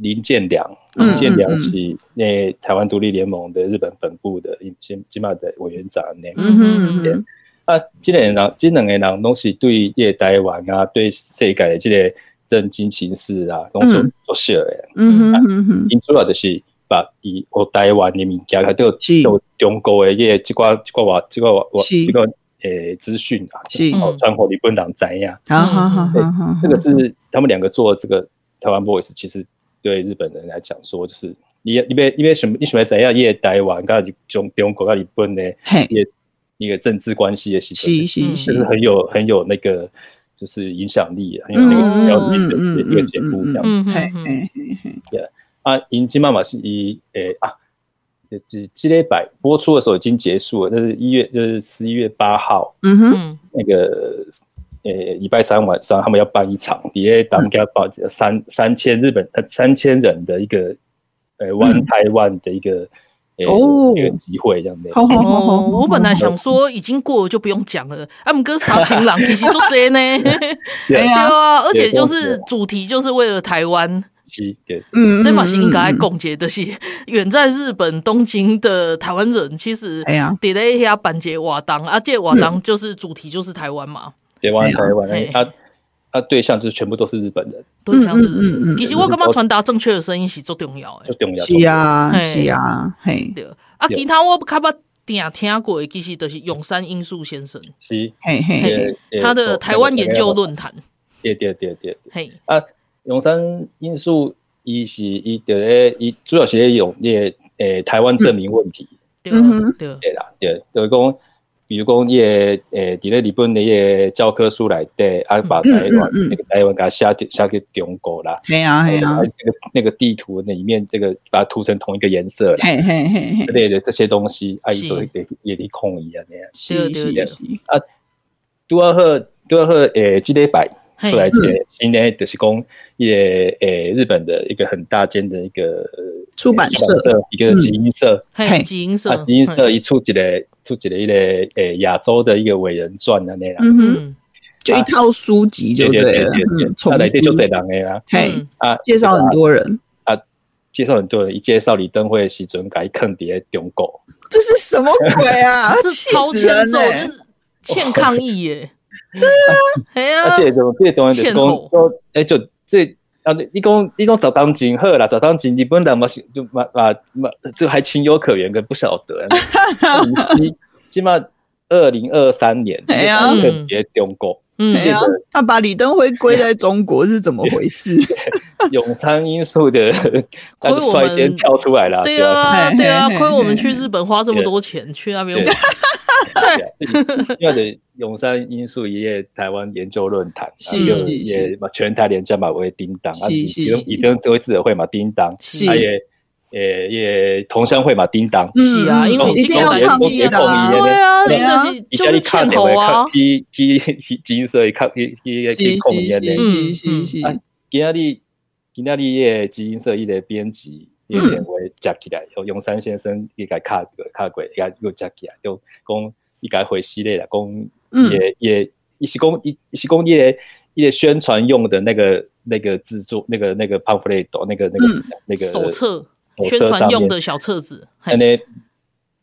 S3: 林建良，
S2: 嗯
S3: 林建良
S2: 嗯嗯
S3: 是那台湾独立联盟的日本本部的现今嘛的委员长呢。
S2: 嗯嗯，
S3: 啊，这两个人，这两个人拢是对这个台湾啊，对世界的这个政经形势啊，拢做
S2: 嗯
S3: 做熟的。
S2: 嗯嗯嗯，
S3: 因主要就是把伊和台湾的物件，还有
S2: 是
S3: 有中国的这个即寡即寡话即寡话
S2: 是
S3: 即个诶资讯啊，
S2: 是
S3: 然后传互日本人知影。
S2: 好好好好好，
S3: 这个
S1: 嗯
S3: 是他们两个做这个台湾 voice，其实对日本人来讲说，就是你你别你别什么你想要怎样，你也台湾跟日中中国跟日本的
S2: 嘿，
S3: 也一个政治关系的时
S2: 是
S3: 候，
S2: 是
S3: 就是
S2: 是，
S3: 很有很有那个就是影响力，很有那个标志的一个节目这样。
S1: 嗯
S2: 嘿
S1: 嗯嗯，
S2: 嘿嘿嘿，
S3: 啊，银金妈妈是一诶、啊，就是这礼拜播出的时候已经结束了，就是一月就是十一月八号
S2: 嗯哼，
S1: 嗯
S3: 那个诶礼、拜三晚上，他们要办一场，底下当家办三三千日本呃三千人的一个呃 One 台湾的一个诶、
S2: 哦
S3: 一个集会这样子。
S2: 好好好好，
S1: 哦，我本来想说已经过了就不用讲了，啊，姆哥啥情 郎其实做这呢，对啊
S2: 哎呀，
S1: 啊，而且就是主题就是为了台湾，
S3: 是对，
S2: 嗯
S1: 这把是应该
S2: 嗯嗯
S1: 共结的是 远在日本东京的台湾人，其实
S2: 哎呀嗯
S1: 伫咧遐办节瓦当啊，这瓦当就是主题就是台湾嘛，
S3: 台湾台湾
S1: 嘿，
S3: 他他哎啊对象就是全部都是日本人，
S1: 对，像
S2: 嗯嗯嗯
S1: 是
S2: 嗯
S1: 其实我感觉传达正确的声音是最重要
S3: 就
S1: 诶。
S3: 重要。
S2: 是啊，
S1: 嘿
S2: 是啊，嘿，
S1: 嗯对，啊，其他我较捌定听过的，其实就是永山英树先生
S3: 是，
S2: 嘿嘿，
S3: 呃
S1: 嘿他的台湾研究，论坛，
S3: 对对对对。
S1: 嘿，
S3: 啊，永山因素，伊是伊伫咧，伊主要是咧用迄个诶台湾证明问题，
S1: 对
S2: 嗯哼
S1: 对
S3: 对啦，对，就是讲，比如讲伊诶诶，伫咧日本的迄个教科书内底，啊，把台湾
S2: 嗯嗯嗯
S3: 那个台湾给它写写去中国啦，
S2: 嘿啊嘿啊
S3: 那，个那个地图里面，这个把它涂成同一个颜色啦，
S2: 嘿嘿嘿嘿
S3: 之，类的这些东西，啊，伊都
S1: 是
S3: 会也得控伊啊那样。
S2: 是
S1: 对
S2: 是
S1: 对嗯
S2: 是，
S3: 拄啊好，拄啊好，诶，即礼拜
S1: 嘿
S3: 出，来一个新的，就是讲一个诶日本的一个很大间的一个呃
S2: 出版社嗯
S3: 一个集英社，
S1: 嘿，
S2: 嘿
S1: 基因
S3: 啊
S1: 社，
S3: 集英社
S1: 嘿
S3: 一出一个出一个一个诶亚洲的一个伟人传的那啦，
S2: 嗯哼，
S1: 嗯，
S2: 就
S3: 啊
S2: 一套书籍就
S3: 对
S2: 对
S3: 对
S2: 了，嗯，
S3: 啊
S2: 从
S3: 内底就这人诶啦，
S2: 嘿
S1: 嗯，
S3: 啊
S2: 介绍很多人，
S3: 介绍很多人，一介绍李登辉的时阵，甲伊坑伫咧中国，
S2: 这是什么鬼啊
S1: ？这
S2: 气
S1: 超
S2: 死
S1: 欠
S2: 人
S1: 揍，
S2: 欸
S1: 这是欠抗议 耶，对啊，嘿
S3: 啊，这
S1: 啊，
S3: 个东这个东西就
S1: 欠
S3: 是
S1: 吼
S3: 讲，说诶就这。啊，你你讲你讲早当真好啦，早当真日本人嘛是就嘛嘛嘛，就还情有可原，跟不晓得。啊 你你起码二零二三年，
S2: 哎呀
S3: 你就直接中国
S2: 哎
S1: 嗯，
S2: 呀，他把李登辉归在中国是怎么回 事？
S3: 永昌因素的那个
S1: 亏我
S3: 率先
S1: 们
S3: 跳出来了，
S1: 对
S3: 吧？
S1: 啊，
S2: 嘿
S1: 对啊，
S2: 嘿嘿
S1: 亏我们
S2: 嘿
S1: 去日本花这么多钱去那边
S3: 对
S1: 玩，
S3: 因为永山因素一夜台湾研究论坛，
S2: 是
S3: 啊就是也嘛全台连战嘛为叮当，啊，
S2: 是
S3: 以
S2: 是
S3: 前
S2: 是
S3: 以前这位记者会嘛叮当，
S1: 是
S3: 啊也也也同乡会嘛叮当，
S1: 是啊因为
S2: 一定要
S3: 哦
S1: 这个
S2: 抗议的啊，
S3: 对
S1: 对啊，你
S2: 嗯对啊
S1: 就是就是欠
S3: 看
S1: 头啊，
S3: 去去去金色一看去去去控烟的。
S1: 嗯
S2: 是是是是
S3: 啊，今仔日今仔日迄个基因社伊个编辑伊个电话接起来，
S2: 嗯
S3: 由永山先生伊个敲过敲过，伊个又接起来，就讲伊个回系列啦，讲
S2: 嗯
S3: 也也伊是讲伊伊是讲伊个伊个宣传用的那个那个制作那个那个 pamphlet 哦那个那个
S2: 嗯
S3: 那个
S1: 手册
S3: 手册
S1: 宣传用
S3: 上面
S1: 的小册子，嘿
S3: 安尼。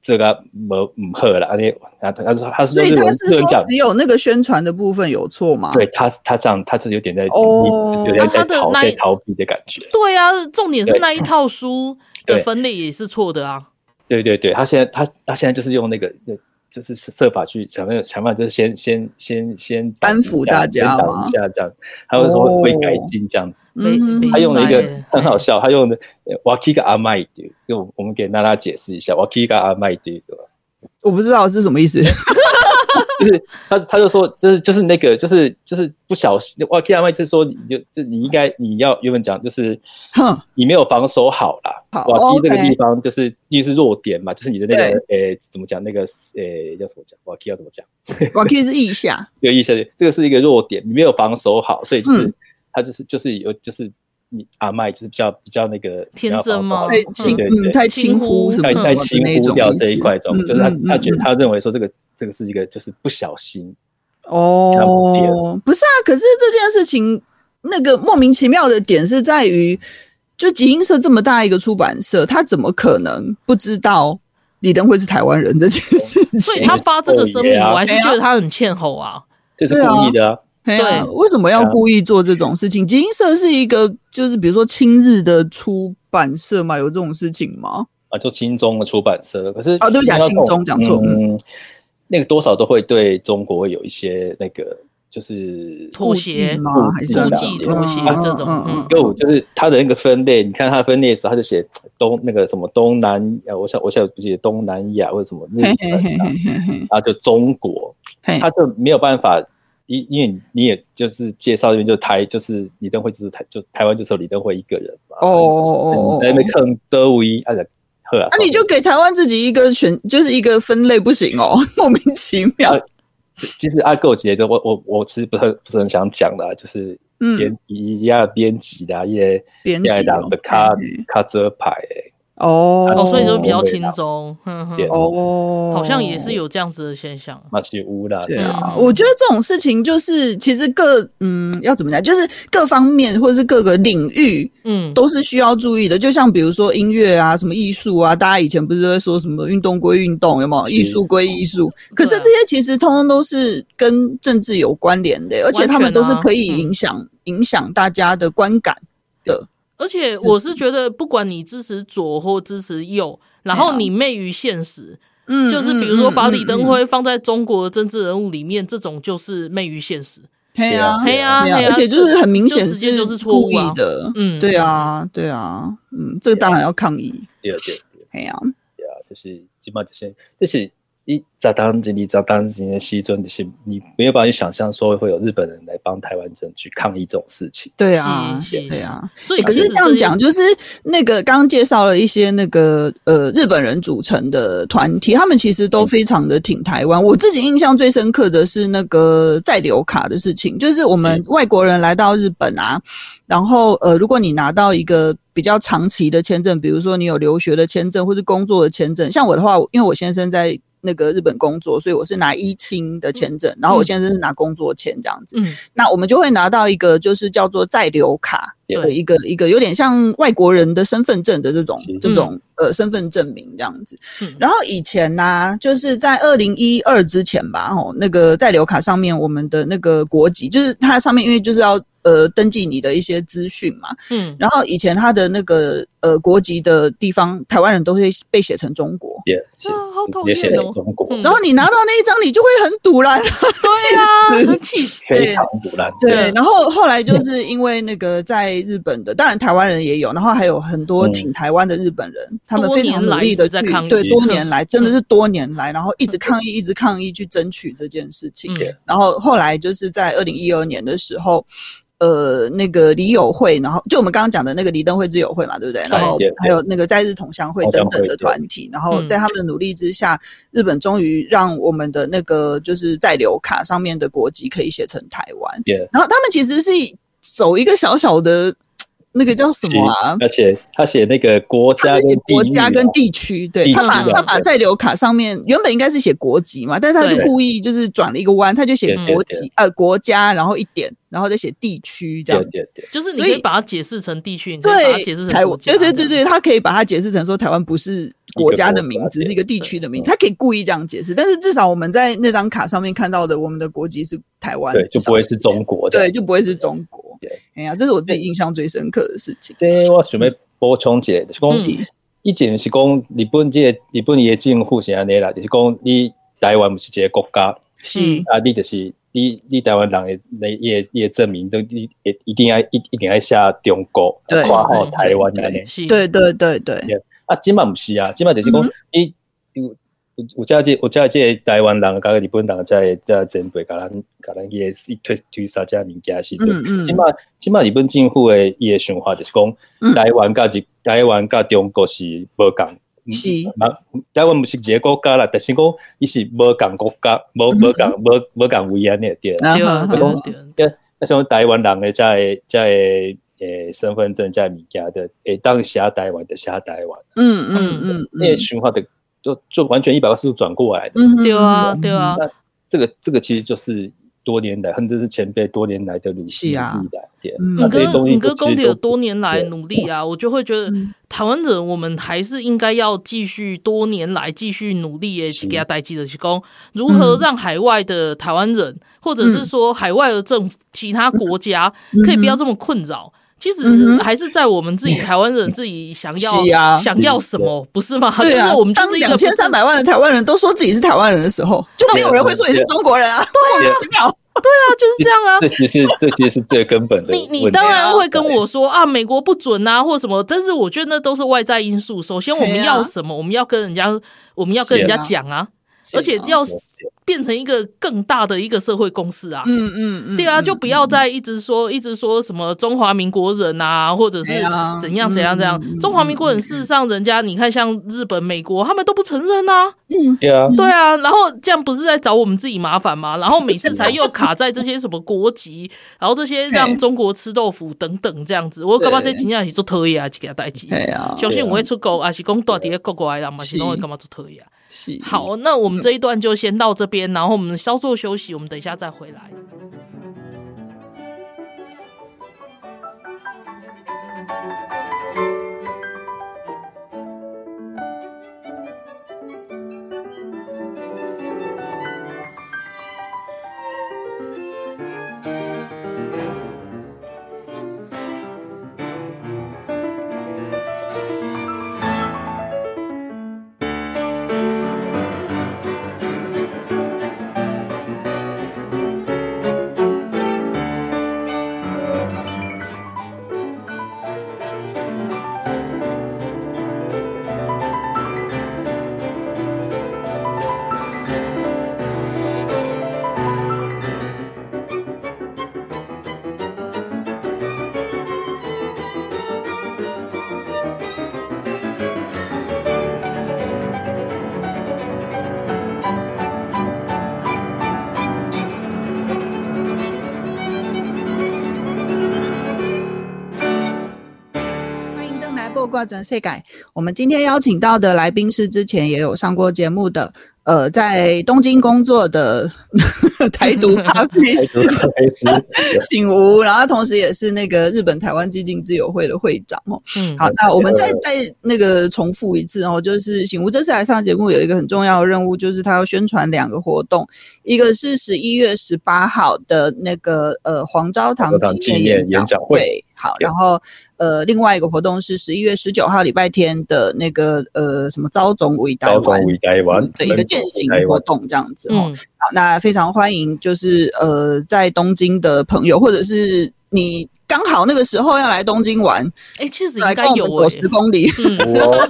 S3: 这个没唔好啦，安尼他他说他是
S2: 所
S3: 用
S2: 以
S3: 日
S2: 他
S3: 文
S2: 是
S3: 日文
S2: 说
S3: 讲，
S2: 只有那个宣传的部分有错吗？
S3: 对，他他这样，他是有点在
S2: 哦
S3: 有点
S1: 那他
S3: 在
S1: 的
S3: 逃
S1: 那
S3: 在
S1: 一
S3: 逃避的感觉。
S1: 对啊，重点是
S3: 对
S1: 那一套书的
S3: 对
S1: 分类也是错的啊，
S3: 对对对，他现在他他现在就是用那个，就是设法去想办法想办法，就是先先先先挡
S2: 安抚
S3: 一下
S2: 大家
S3: 先挡
S2: 吗哦
S3: 一下这样，他会说会改进这样子。
S1: 没
S2: 嗯
S1: 没
S3: 他用了一
S1: 塞
S3: 个
S1: 欸
S3: 很好笑，他用的呃 “waki 个阿麦丢”，就我们给娜娜解释一下，“waki 个阿麦丢”对吧？
S2: 我不知道是什么意 思。
S3: 就是他他就说，就是就是那个，就是就是不小心，“waki 阿麦”就是说，你就就你应该你要原本讲就是
S2: 哼，
S3: 你没有防守好啦。
S2: 好哦
S3: 瓦基这个
S2: OK
S3: 地方就是一是弱点嘛，就是你的那个诶怎么讲那个诶要怎么讲瓦基要怎么讲？
S2: 我可以是意下，
S3: 有意思，这个是一个弱点，你没有防守好，所以就是、
S2: 嗯
S3: 他就是就是有就是你阿麦就是比较比较那个
S1: 天真吗
S2: 太
S3: 对
S2: 轻，
S3: 对
S2: 嗯，
S3: 对，
S2: 太轻忽什么
S1: 嗯
S3: 太
S2: 什
S3: 太
S2: 么的
S3: 轻
S2: 那
S3: 忽
S2: 种
S3: 掉
S2: 意
S3: 这一
S2: 思
S3: 块中，
S2: 嗯
S3: 就是他
S2: 嗯
S3: 他觉
S2: 嗯
S3: 得他认为说这个这个是一个就是不小心，
S2: 哦，不是啊，可是这件事情那个莫名其妙的点是在于，就集英社这么大一个出版社，他怎么可能不知道李登辉是台湾人这件事情？
S1: 所以他发这个声明，
S3: 对啊
S1: 我还是觉得他很欠吼啊，
S3: 这是故意的啊，
S2: 对啊，
S1: 对
S2: 为什么要故意做这种事情？集英社是一个就是比如说亲日的出版社嘛，有这种事情吗？
S3: 啊就亲中的出版社，可是
S2: 哦对不起啊
S3: 听到这种
S2: 亲中讲错
S3: 嗯，那个多少都会对中国会有一些那个就是啊
S1: 妥协
S2: 顾忌吗？还是
S3: 顾
S1: 忌妥协这种嗯
S3: 啊因为我就是它的那个分类，你看它分类的时候，它就写东那个什么东南亚，我想我现在不记得东南亚或者什么日
S2: 嘿
S3: 本
S2: 嘿嘿
S3: 啊，
S2: 嘿嘿嘿
S3: 然后就中国，
S2: 嘿，
S3: 它就没有办法，因因为你你也就是介绍这边就台就是李登辉就是台就台湾就只有李登辉一个人嘛，
S2: 哦哦哦
S3: 你
S2: 哦
S3: 在那边坑德无一，啊就好啊，
S2: 那、你就给台湾自己一个选，就是一个分类不行哦， 莫名其妙。
S3: 其实阿狗姐的我我我其实不是不是很想讲的啊，就是
S2: 嗯
S3: 编一一下编辑的啊，也
S2: 编辑
S3: 也
S2: 哦
S3: 两个卡
S2: 嗯
S3: 卡遮牌诶。
S2: 哦
S1: 哦，所以就比较轻松，哼哼
S3: 啊对啊
S2: 哦，
S1: 好像也是。有这样子的现象，
S3: 嘛是有啦，
S2: 对啊，
S1: 嗯
S2: 我觉得这种事情就是，其实各嗯要怎么讲，就是各方面或者是各个领域
S1: 嗯，
S2: 都是需要注意的。就像比如说音乐啊、什么艺术啊，大家以前不是都在说什么运动归运动，有没有？艺术归艺术，可是
S1: 对啊
S2: 这些其实通通都是跟政治有关联的，而且他们都
S1: 啊
S2: 是可以影响、影响大家的观感。
S1: 而且
S2: 是嗯
S1: 我是觉得，不管你支持左或支持右，然后你昧于现实，
S2: 啊嗯
S1: 就是比如说把李登，
S2: 嗯嗯嗯
S1: 辉放在中国的政治人物里面，这种就是昧于现实。
S2: 嘿啊，
S1: 嘿呀，
S2: 对
S1: 嘿
S2: 啊，
S1: 呀，
S2: 而且就是很明显
S1: 就直接就是错
S2: 故
S1: 误
S2: 意
S1: 啊。
S2: 的，
S1: 嗯
S2: 对啊，对啊，嗯，这个当然要抗议，
S3: 对啊对对
S2: 哎呀，
S3: 对啊，就是起码就是就是一在当今你在当今的西尊，就是你没有办法去想象说会有日本人来帮台湾人去抗议这种事情。
S2: 对啊，
S1: 是是
S2: 对啊。
S1: 所以
S2: 可
S1: 其
S2: 是
S1: 实
S2: 这样
S1: 些
S2: 讲，，就是那个刚刚介绍了一些那个呃日本人组成的团体，他们其实都非常的挺台湾。我自己印象最深刻的是那个在留卡的事情，就是我们外国人来到日本啊，然后呃，如果你拿到一个比较长期的签证，比如说你有留学的签证或是工作的签证，像我的话，因为我先生在那个日本工作，所以我是拿一清的签证，然后我先生是拿工作签这样子。
S1: 嗯，
S2: 那我们就会拿到一个就是叫做在留卡
S3: 对啊
S2: 的一个一个有点像外国人的身份证的这种
S3: 嗯
S2: 这种呃身份证明这样子
S1: 嗯。
S2: 然后以前呢、就是在二零一二之前吧，哦，那个在留卡上面我们的那个国籍，就是它上面因为就是要呃登记你的一些资讯嘛，
S1: 嗯，
S2: 然后以前它的那个呃国籍的地方，台湾人都会被写成中国。
S3: 也是
S1: 啊好讨
S3: 也
S1: 厌
S3: 写在
S1: 哦
S3: 中国，
S1: 嗯
S2: 然后你拿到那一张，你就会很堵然，
S1: 对 啊，气死，
S3: 非常古兰。
S2: 对，然后后来就是因为那个在日本的，当然台湾人也有，然后还有很
S3: 嗯
S2: 多挺台湾的日本人，他们非常努力
S1: 多年来一
S2: 的
S1: 直在抗议嗯
S2: 对，多年来真的是多年来，然后一直抗议，一直抗议去争取这件事 情。
S1: 嗯
S2: 然后后来就是在二零一二年的时候。呃，那个李友会，然后就我们刚刚讲的那个李登辉之友会嘛，对不对？然后
S3: 对
S2: 还有那个在日同乡会
S3: 同乡
S2: 等等
S3: 会
S2: 的团体，然后
S1: 嗯
S2: 在他们的努力之下，日本终于让我们的那个就是在留卡上面的国籍可以写成台湾。
S3: 也
S2: 然后他们其实是走一个小小的那个叫什么啊？
S3: 而且他写那个国
S2: 他
S3: 家
S2: 是
S3: 跟
S2: 写
S3: 地
S2: 国
S3: 域
S2: 家
S3: 啊
S2: 跟地区，对
S3: 地
S2: 他把
S1: 区啊
S2: 他把
S3: 对
S2: 在留卡上面原本应该是写国籍嘛，但是他就
S1: 对
S2: 故意就是转了一个弯，他就写
S3: 对
S2: 国
S3: 对
S2: 籍呃国家，然后一点，然后再写地区这样
S3: 对
S2: 子。
S3: 对对，
S1: 就是你
S2: 所
S1: 可
S2: 以
S1: 以把它解释成地区，你可以把它解释
S2: 对，
S1: 成
S2: 台
S1: 国
S2: 湾，
S1: 家，
S2: 对对对对，他可以把它解释成说台湾不是国家的名字，
S3: 一个国家
S2: 是一个地区的
S1: 嗯
S2: 名字，
S3: 对
S2: 他可以故意这样解释。但是至少我们在那张卡上面看到的，我们的国籍是台湾，
S3: 对就不会是中国的
S2: 对，就不会是中国
S3: 对。
S2: 哎呀，这是我自己印象最深刻的事情。
S3: 这我想要补充一下，就是讲、
S1: 嗯
S3: 以前是讲日本这个日本伊的政府是安尼啦，就是讲你台湾不是一个国家，
S2: 是
S1: 嗯
S3: 啊，你就是你你台湾人的你的你的证明都你一一定要一一定要写中国，
S2: 对
S3: 括号台湾安尼
S2: 对。
S1: 是，
S2: 对对对对，
S3: 啊，即嘛毋是啊，即嘛就是讲、
S2: 嗯
S3: 你有有有遮即有遮即个台湾人甲日本人遮个遮前辈甲咱甲咱伊个推推啥遮物件是
S2: 嗯嗯
S3: 即嘛即嘛日本政府诶伊诶想法就是讲、
S2: 嗯
S3: 台湾甲日台湾甲中国是无共。
S2: 是
S3: 啊，台湾毋是一个国家啦，但是讲伊是无共国家，无无共无无共位安尼个对啦。
S1: 对
S2: 嗯啊
S1: 啊
S2: 哈
S1: 对
S2: 哈
S1: 啊
S3: 嗯
S1: 对啊，
S3: 那像台湾人诶，遮个遮个诶身份证遮物件的，会当写台湾就写台湾。
S2: 嗯
S1: 啊
S2: 嗯嗯
S3: 那些循环的就就完全一百八十度转过来的。
S2: 嗯，
S1: 对啊对啊，
S3: 这个这个其实就是多年来，甚至是前辈多年来的努力
S2: 是啊
S3: 努力来的。
S2: 嗯
S3: 那
S1: 你
S3: 这些
S1: 跟
S3: 东西
S1: 你
S3: 都
S1: 跟
S3: 其
S1: 工
S3: 实
S1: 铁
S3: 都
S1: 多年来
S3: 对
S1: 努力啊，我就会觉得
S2: 嗯
S1: 台湾人我们还是应该要继续多年来继续努力的
S3: 是
S1: 给他代际的提供，如何让海外的台湾人，或者是说
S2: 嗯
S1: 海外的政府、其他国家，可以不要这么困扰。其实
S2: 嗯哼嗯
S1: 还是在我们自己台湾人自己想
S2: 是啊
S1: 要想要什么，不是吗？就
S2: 对
S1: 是
S2: 啊，
S1: 我们就
S2: 当
S1: 是一
S2: 两
S1: 个
S2: 千三百万的台湾人都说自己是台湾人的时候，就没有人会说你是中国人啊，对啊，
S1: 啊，就是这样啊。
S3: 这其实是这其实是最根本的问
S1: 你
S3: 题。
S1: 你当然会跟我说啊，美国不准啊，或什么，但是我觉得那都是外在因素。首先，我们
S2: 对啊
S1: 要什么，我们要跟人家，我们要跟人家
S2: 是啊
S1: 讲啊，而且要变成一个更大的一个社会共识啊。
S2: 嗯嗯嗯，
S1: 对啊，就不要再一直说、一直说什么中华民国人啊，或者是
S2: 对啊
S1: 怎样怎样怎样。
S2: 嗯嗯嗯
S1: 中华民国人事实上，人家你看像日本、美国，他们都不承认啊。
S3: 对啊，
S1: 对啊，然后这样不是在找我们自己麻烦吗？然后每次才又卡在这些什么国籍， 然后这些让
S2: 对
S1: 中国吃豆腐等等这样子，我干嘛这
S2: 对
S1: 真正是做讨厌啊，这个代志。
S2: 对啊，
S1: 相信我会出国，还是讲到底各国来人嘛，是拢会干嘛做讨厌。
S2: 是
S1: 啊好，那我们这一段就先到这边，然后我们稍作休息，我们等一下再回来。
S2: 欢迎登来播挂转世改。我们今天邀请到的来宾是之前也有上过节目的，呃，在东京工作的 台独咖啡
S3: 台
S2: 师
S3: 独咖啡师，
S2: 醒吾，然后他同时也是那个日本台湾基金自由会的会长哦。
S1: 嗯，
S2: 好，那我们再
S3: 呃
S2: 再那个重复一次哦，就是醒吾这次来上节目有一个很重要的任务，就是他要宣传两个活动，一个是十一月十八号的那个呃黄昭堂
S3: 黄昭堂
S2: 纪念
S3: 纪念
S2: 演讲
S3: 演讲
S2: 会
S3: 会，
S2: 好，然后呃另外一个活动是十一月十九号礼拜天的那个呃什么昭总伟大
S3: 高中为台湾
S2: 的一个践行
S3: 台
S2: 活
S3: 湾，
S2: 动这样子哦。
S1: 嗯，
S2: 好，那非常欢迎，就是呃，在东京的朋友，或者是你刚好那个时候要来东京玩，
S1: 哎，其实应
S2: 来
S1: 该
S2: 跟我
S1: 有
S2: 们走
S1: 诶
S2: 十，公 里，
S1: 嗯，
S3: 有哦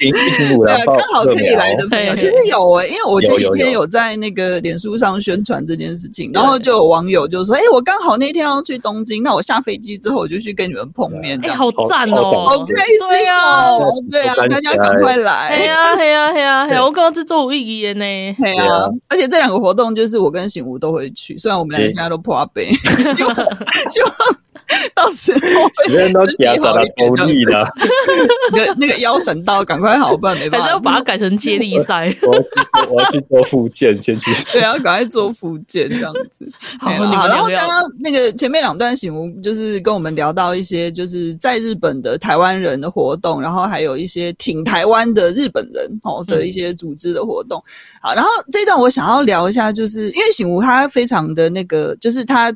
S3: 一零一零五
S2: 对
S3: 人
S2: 啊，
S3: 报
S2: 刚好可以来的
S3: 疫苗
S2: 朋友，
S1: 对
S2: 其实有诶、因为我前
S3: 有
S2: 几
S3: 有
S2: 天
S3: 有
S2: 有在那个脸书上宣传这件事情，
S3: 对
S2: 然后就有网友就说：“哎、我刚好那天要去东京，那我下飞机之后我就去跟你们碰
S3: 啊
S2: 面。”
S1: 哎，
S2: 这样
S1: 好赞
S3: 好
S1: 哦
S2: 好
S3: 好！
S2: 开
S1: 对
S2: 心
S1: 啊
S2: 哦！对啊，
S3: 我
S2: 大
S3: 想起
S2: 家
S3: 来
S2: 赶快
S1: 哎
S2: 来。
S1: 呀，哎呀，哎呀，哎
S3: 对
S1: 呀，我刚刚这做有意义的呢。
S2: 对
S3: 对
S2: 啊
S3: 啊，
S2: 而且这两个活动就是我跟醒吾都会去，虽然我们两个
S3: 对
S2: 现在都破杯，就 希望到时候
S3: 别人都夹杂了
S2: 身体
S3: 头
S2: 好一
S3: 力
S2: 点
S3: 了，
S2: 那个那个腰闪到，赶快好，不然没
S1: 还
S2: 办
S1: 是要
S2: 法。
S1: 把它改成接力赛。
S3: 我要去做我要去做复健，先去
S2: 对啊，赶快做复健这样子。
S1: 好，
S2: 对
S1: 你
S2: 啦
S1: 们
S2: 然后
S1: 聊聊。
S2: 刚刚那个前面两段醒吾就是跟我们聊到一些就是在日本的台湾人的活动，然后还有一些挺台湾的日本人哦的一些组织的活动。好，然后这一段我想要聊一下，就是因为醒吾他非常的那个，就是他。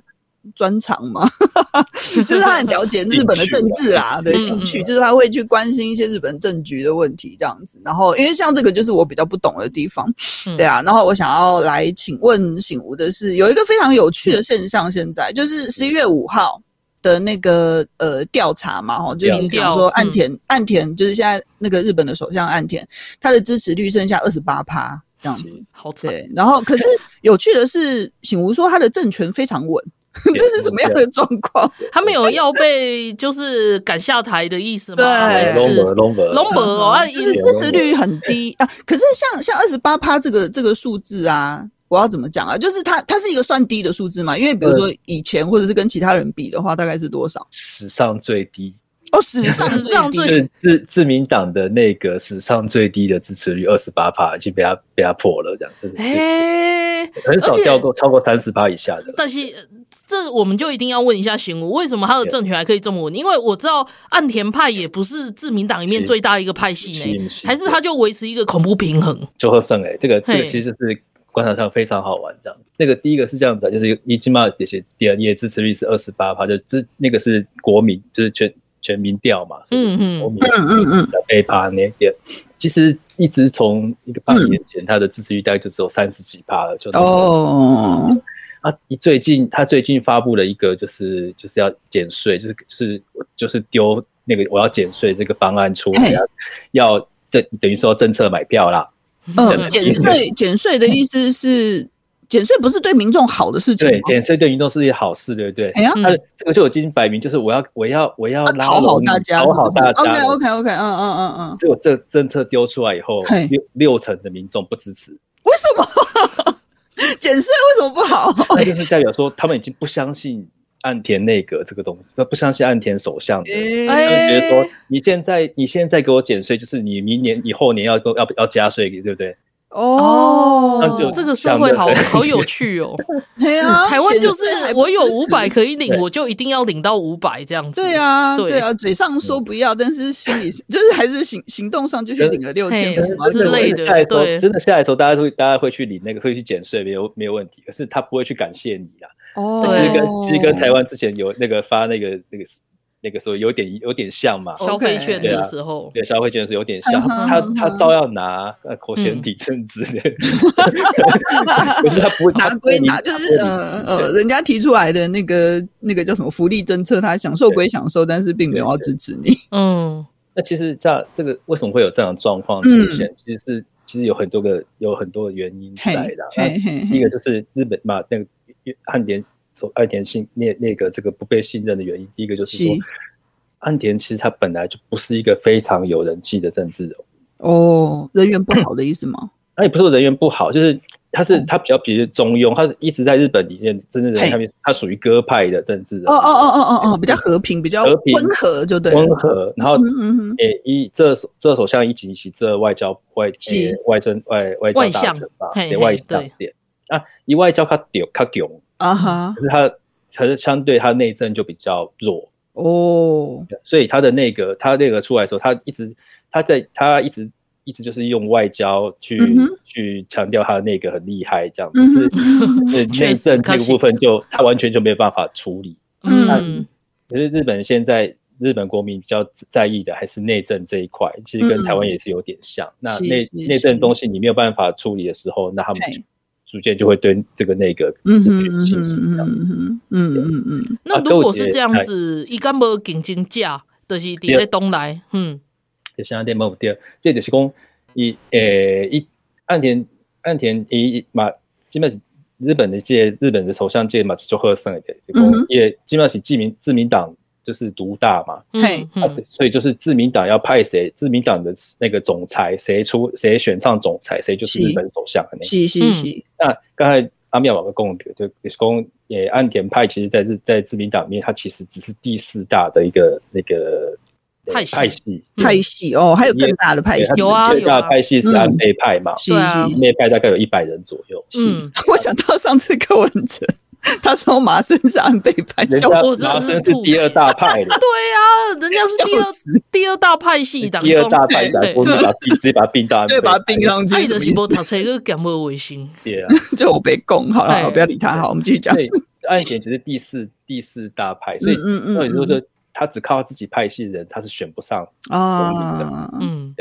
S2: 专长嘛， 就是他很了解日本的政治啦，对 兴趣，啊嗯就是他会去关心一些日本政局的问题这样子。然后，因为像这个就是我比较不懂的地方，
S1: 嗯
S2: 对啊，然后我想要来请问醒吾的是，有一个非常有
S1: 嗯
S2: 趣的现象，现在就是十一月五号的那个呃调查嘛，哈，就是
S1: 民
S2: 讲
S1: 调嗯
S2: 说岸田、岸田就是现在那个日本的首相岸田，他的支持率剩下二十八趴这样子。
S1: 好惨，
S2: 对，然后可是有趣的是，醒吾说他的政权非常稳， 这是什么样的状况？
S1: 他们有要被就是赶下台的意思吗？
S2: 对
S1: 还是
S3: 龙门龙门
S1: 龙门哦，啊，
S2: 嗯就是
S1: 因
S2: 支持率很低
S1: 哎
S2: 啊。可是像像二十八趴这个这个数字啊，我要怎么讲啊？就是它它是一个算低的数字嘛，因为比如说以前或者是跟其他人比的话，大概是多少？
S3: 史上最低，
S2: 哦，史上
S1: 史上
S2: 最
S1: 最
S2: 低
S3: 就是自自民党的那个史上最低的支持率二十八趴，已经被他被他破了，这样，就是
S1: 哎、
S3: 很少掉过超过三十趴以下的了。
S1: 但是呃这我们就一定要问一下行武，为什么他的政权还可以这么稳？因为我知道岸田派也不是自民党里面
S3: 是
S1: 最大一个派系
S3: 是
S1: 呢
S3: 是，是
S1: 欸还是他就维持一个恐怖平衡？
S3: 就和胜哎，这个这个
S1: 嘿
S3: 其实就是观察上非常好玩这样。那个第一个是这样子啊，就是伊基玛也写第二页支持率是二十八趴，就支那个是国民，就是全全民调嘛，
S1: 嗯嗯
S3: 国民
S2: 嗯嗯嗯，
S3: 的被趴那点。其实一直从一个八年前，他的支持率大概就只有三十几趴了，就是
S2: 哦，
S3: 啊，一最近他最近发布了一个，就是就是要减税，就是是就是丢那个我要减税这个方案出来，
S2: 嘿
S3: 要要政等于说政策买票啦。
S1: 嗯
S2: 呃，减税，减税的意思是减税不是对民众好的事情吗
S3: 对，减税对民众是一件好事，对不对？
S2: 哎呀，
S1: 嗯
S3: 他这个就已经摆明就是我要我要我要
S2: 要
S3: 拉
S2: 啊讨好
S3: 拢
S2: 大家，
S3: 讨好大家。
S2: OK OK OK，嗯嗯嗯嗯，
S3: 结果这政策丢出来以后
S2: 嘿，
S3: 六六成的民众不支 持，
S2: 为什么 减税为什么不好？
S3: 那就是代表说他们已经不相信岸田内阁这个东西，那不相信岸田首相的。他
S2: 哎，
S1: 哎
S3: 们觉得说，你现在你现在给我减税，就是你明年你后年要给我要要加税，对不对？那
S2: 哦
S3: 就，
S1: 这个社会好
S3: 想得很
S1: 好有趣哦。
S2: 对 啊，
S1: 台湾就是
S2: 减税还不
S1: 我有
S2: 支持
S1: 五百可以领，
S3: 对
S1: 我就一定要领到五百这样子。
S2: 对啊，
S1: 对
S2: 对啊，嘴上说不要，但是心里就是还是行行动上就去领了六千，
S1: 嘿
S2: 不是吗？
S1: 之类的
S3: 真下来时候
S1: 对
S3: 真的下来的时候，大家会大家会去领那个，会去减税，没有没有问题。可是他不会去感谢你啊。
S2: 哦，
S3: 其
S1: 对
S3: 实跟其实跟台湾之前有那个发那个那个那个时候有点有点像嘛，
S1: 消费券
S3: OK
S1: 的时候，
S3: 对啊消费券是有点像，
S2: 哦嗯哼
S3: 他
S2: 嗯哼
S3: 他照样拿呃口嫌体正直的， 可是他不会
S2: 拿归拿，就是呃呃，人家提出来的那个那个叫什么福利政策，他享受归享受，但是并没有要支持你。
S3: 啊
S1: 嗯，
S3: 那其实这样这个为什么会有这样的状况出现？
S2: 嗯
S3: 其实是其实有很多个有很多的原因
S2: 嘿
S3: 在的。啊那
S2: 嘿嘿
S3: 第一
S2: 嘿，
S3: 个就是日本嘛，那个岸田所岸田信那那个这个不被信任的原因，第一个就是说
S2: 是
S3: 岸田其实他本来就不是一个非常有人气的政治人物，
S2: 哦，人缘不好的意思吗？
S3: 那也不是说人缘不好，就是他是
S2: 嗯
S3: 他比较比中庸，他是一直在日本里面政治人
S2: 嘿
S3: 物，他们他属于鸽派的政治人物，
S2: 哦哦哦哦哦哦，比较和平，比较
S3: 和平
S2: 温和，就对了。
S3: 温和，然后
S2: 嗯嗯嗯，
S3: 诶，一这首这首相一及其这外交外
S2: 是
S3: 诶外政外外
S1: 外
S3: 交大
S1: 相
S3: 臣吧，
S1: 嘿
S3: 对
S1: 嘿
S3: 外相
S1: 对
S3: 点啊，一外交他屌他囧，
S2: 啊哈
S3: 可，是他可是相对他内政就比较弱，
S2: 哦，
S3: 所以他的那个他那个出来的时候，他一直他在他一直一直就是用外交去、
S2: 嗯哼
S3: 去强调他那个很厉害这样 子，
S2: 嗯
S3: 是
S2: 哼
S3: 是
S1: 确
S3: 内
S1: 实
S3: 政这个部分就他完全就没有办法处理。
S1: 嗯
S3: 可是日本现在日本国民比较在意的还是内政这一块，其实跟
S2: 嗯
S3: 台湾也是有点像。那
S2: 是
S3: 内
S2: 是
S3: 内政东西你没有办法处理的时候，那他们
S2: 对
S3: 逐渐就会对这个内阁
S2: 嗯
S3: 失
S2: 哼
S3: 去
S2: 嗯
S3: 信心
S2: 哼
S3: 这样。
S2: 嗯哼嗯嗯嗯，
S1: 那如果是这样子，伊敢无竞争价，就是伫咧东来，嗯
S3: 就像电某第二，这就是讲以诶一岸田岸田一嘛，基本是日本的这日本的首相界嘛，就贺胜一点，就是
S2: 嗯
S3: 讲
S2: 哼
S3: 也基本上是自民自民党就是独大嘛。
S1: 嗯
S3: 啊，对所以就是自民党要派谁，自民党的那个总裁谁出谁选上总裁，谁就是
S2: 是
S3: 日本首相的那个。
S2: 是是是，
S3: 那刚才阿妙老师跟我们就就是公也岸田派，其实在日在自民党里面，它其实只是第四大的一个那个呃
S1: 派系
S3: 派系，
S1: 嗯
S2: 派系哦，还有更大的派
S3: 对
S2: 系
S3: 它，
S1: 有啊
S3: 最大的派系是安倍派嘛，
S2: 是
S1: 对啊
S2: 是
S3: 安倍派大概有一百人左右。
S1: 嗯，
S2: 我想到上次柯文哲，他说麻生是安倍派，
S3: 人
S2: 笑
S3: 家
S1: 我真的
S3: 麻生
S1: 是
S3: 是
S1: 吐
S3: 第二大派的，
S1: 对啊，人家是第 二第二大派系当
S3: 第二大派
S1: 对
S3: 的，我们把并直接把他并到安
S2: 对，
S3: 倍
S2: 把
S3: 派
S2: 他冰上去
S1: 爱，的啊
S2: 什
S1: 是
S2: 么
S1: 无读册个敢无卫星，
S3: 对啊。
S2: 意思就我被供好
S1: 哎
S2: 了，不要理他，好，我们继续讲。
S3: 对，岸田其实第四第四大派，所以
S2: 嗯嗯嗯
S3: 那也就是说，他只靠自己派系的人，他是选不上。
S2: 啊，
S1: 嗯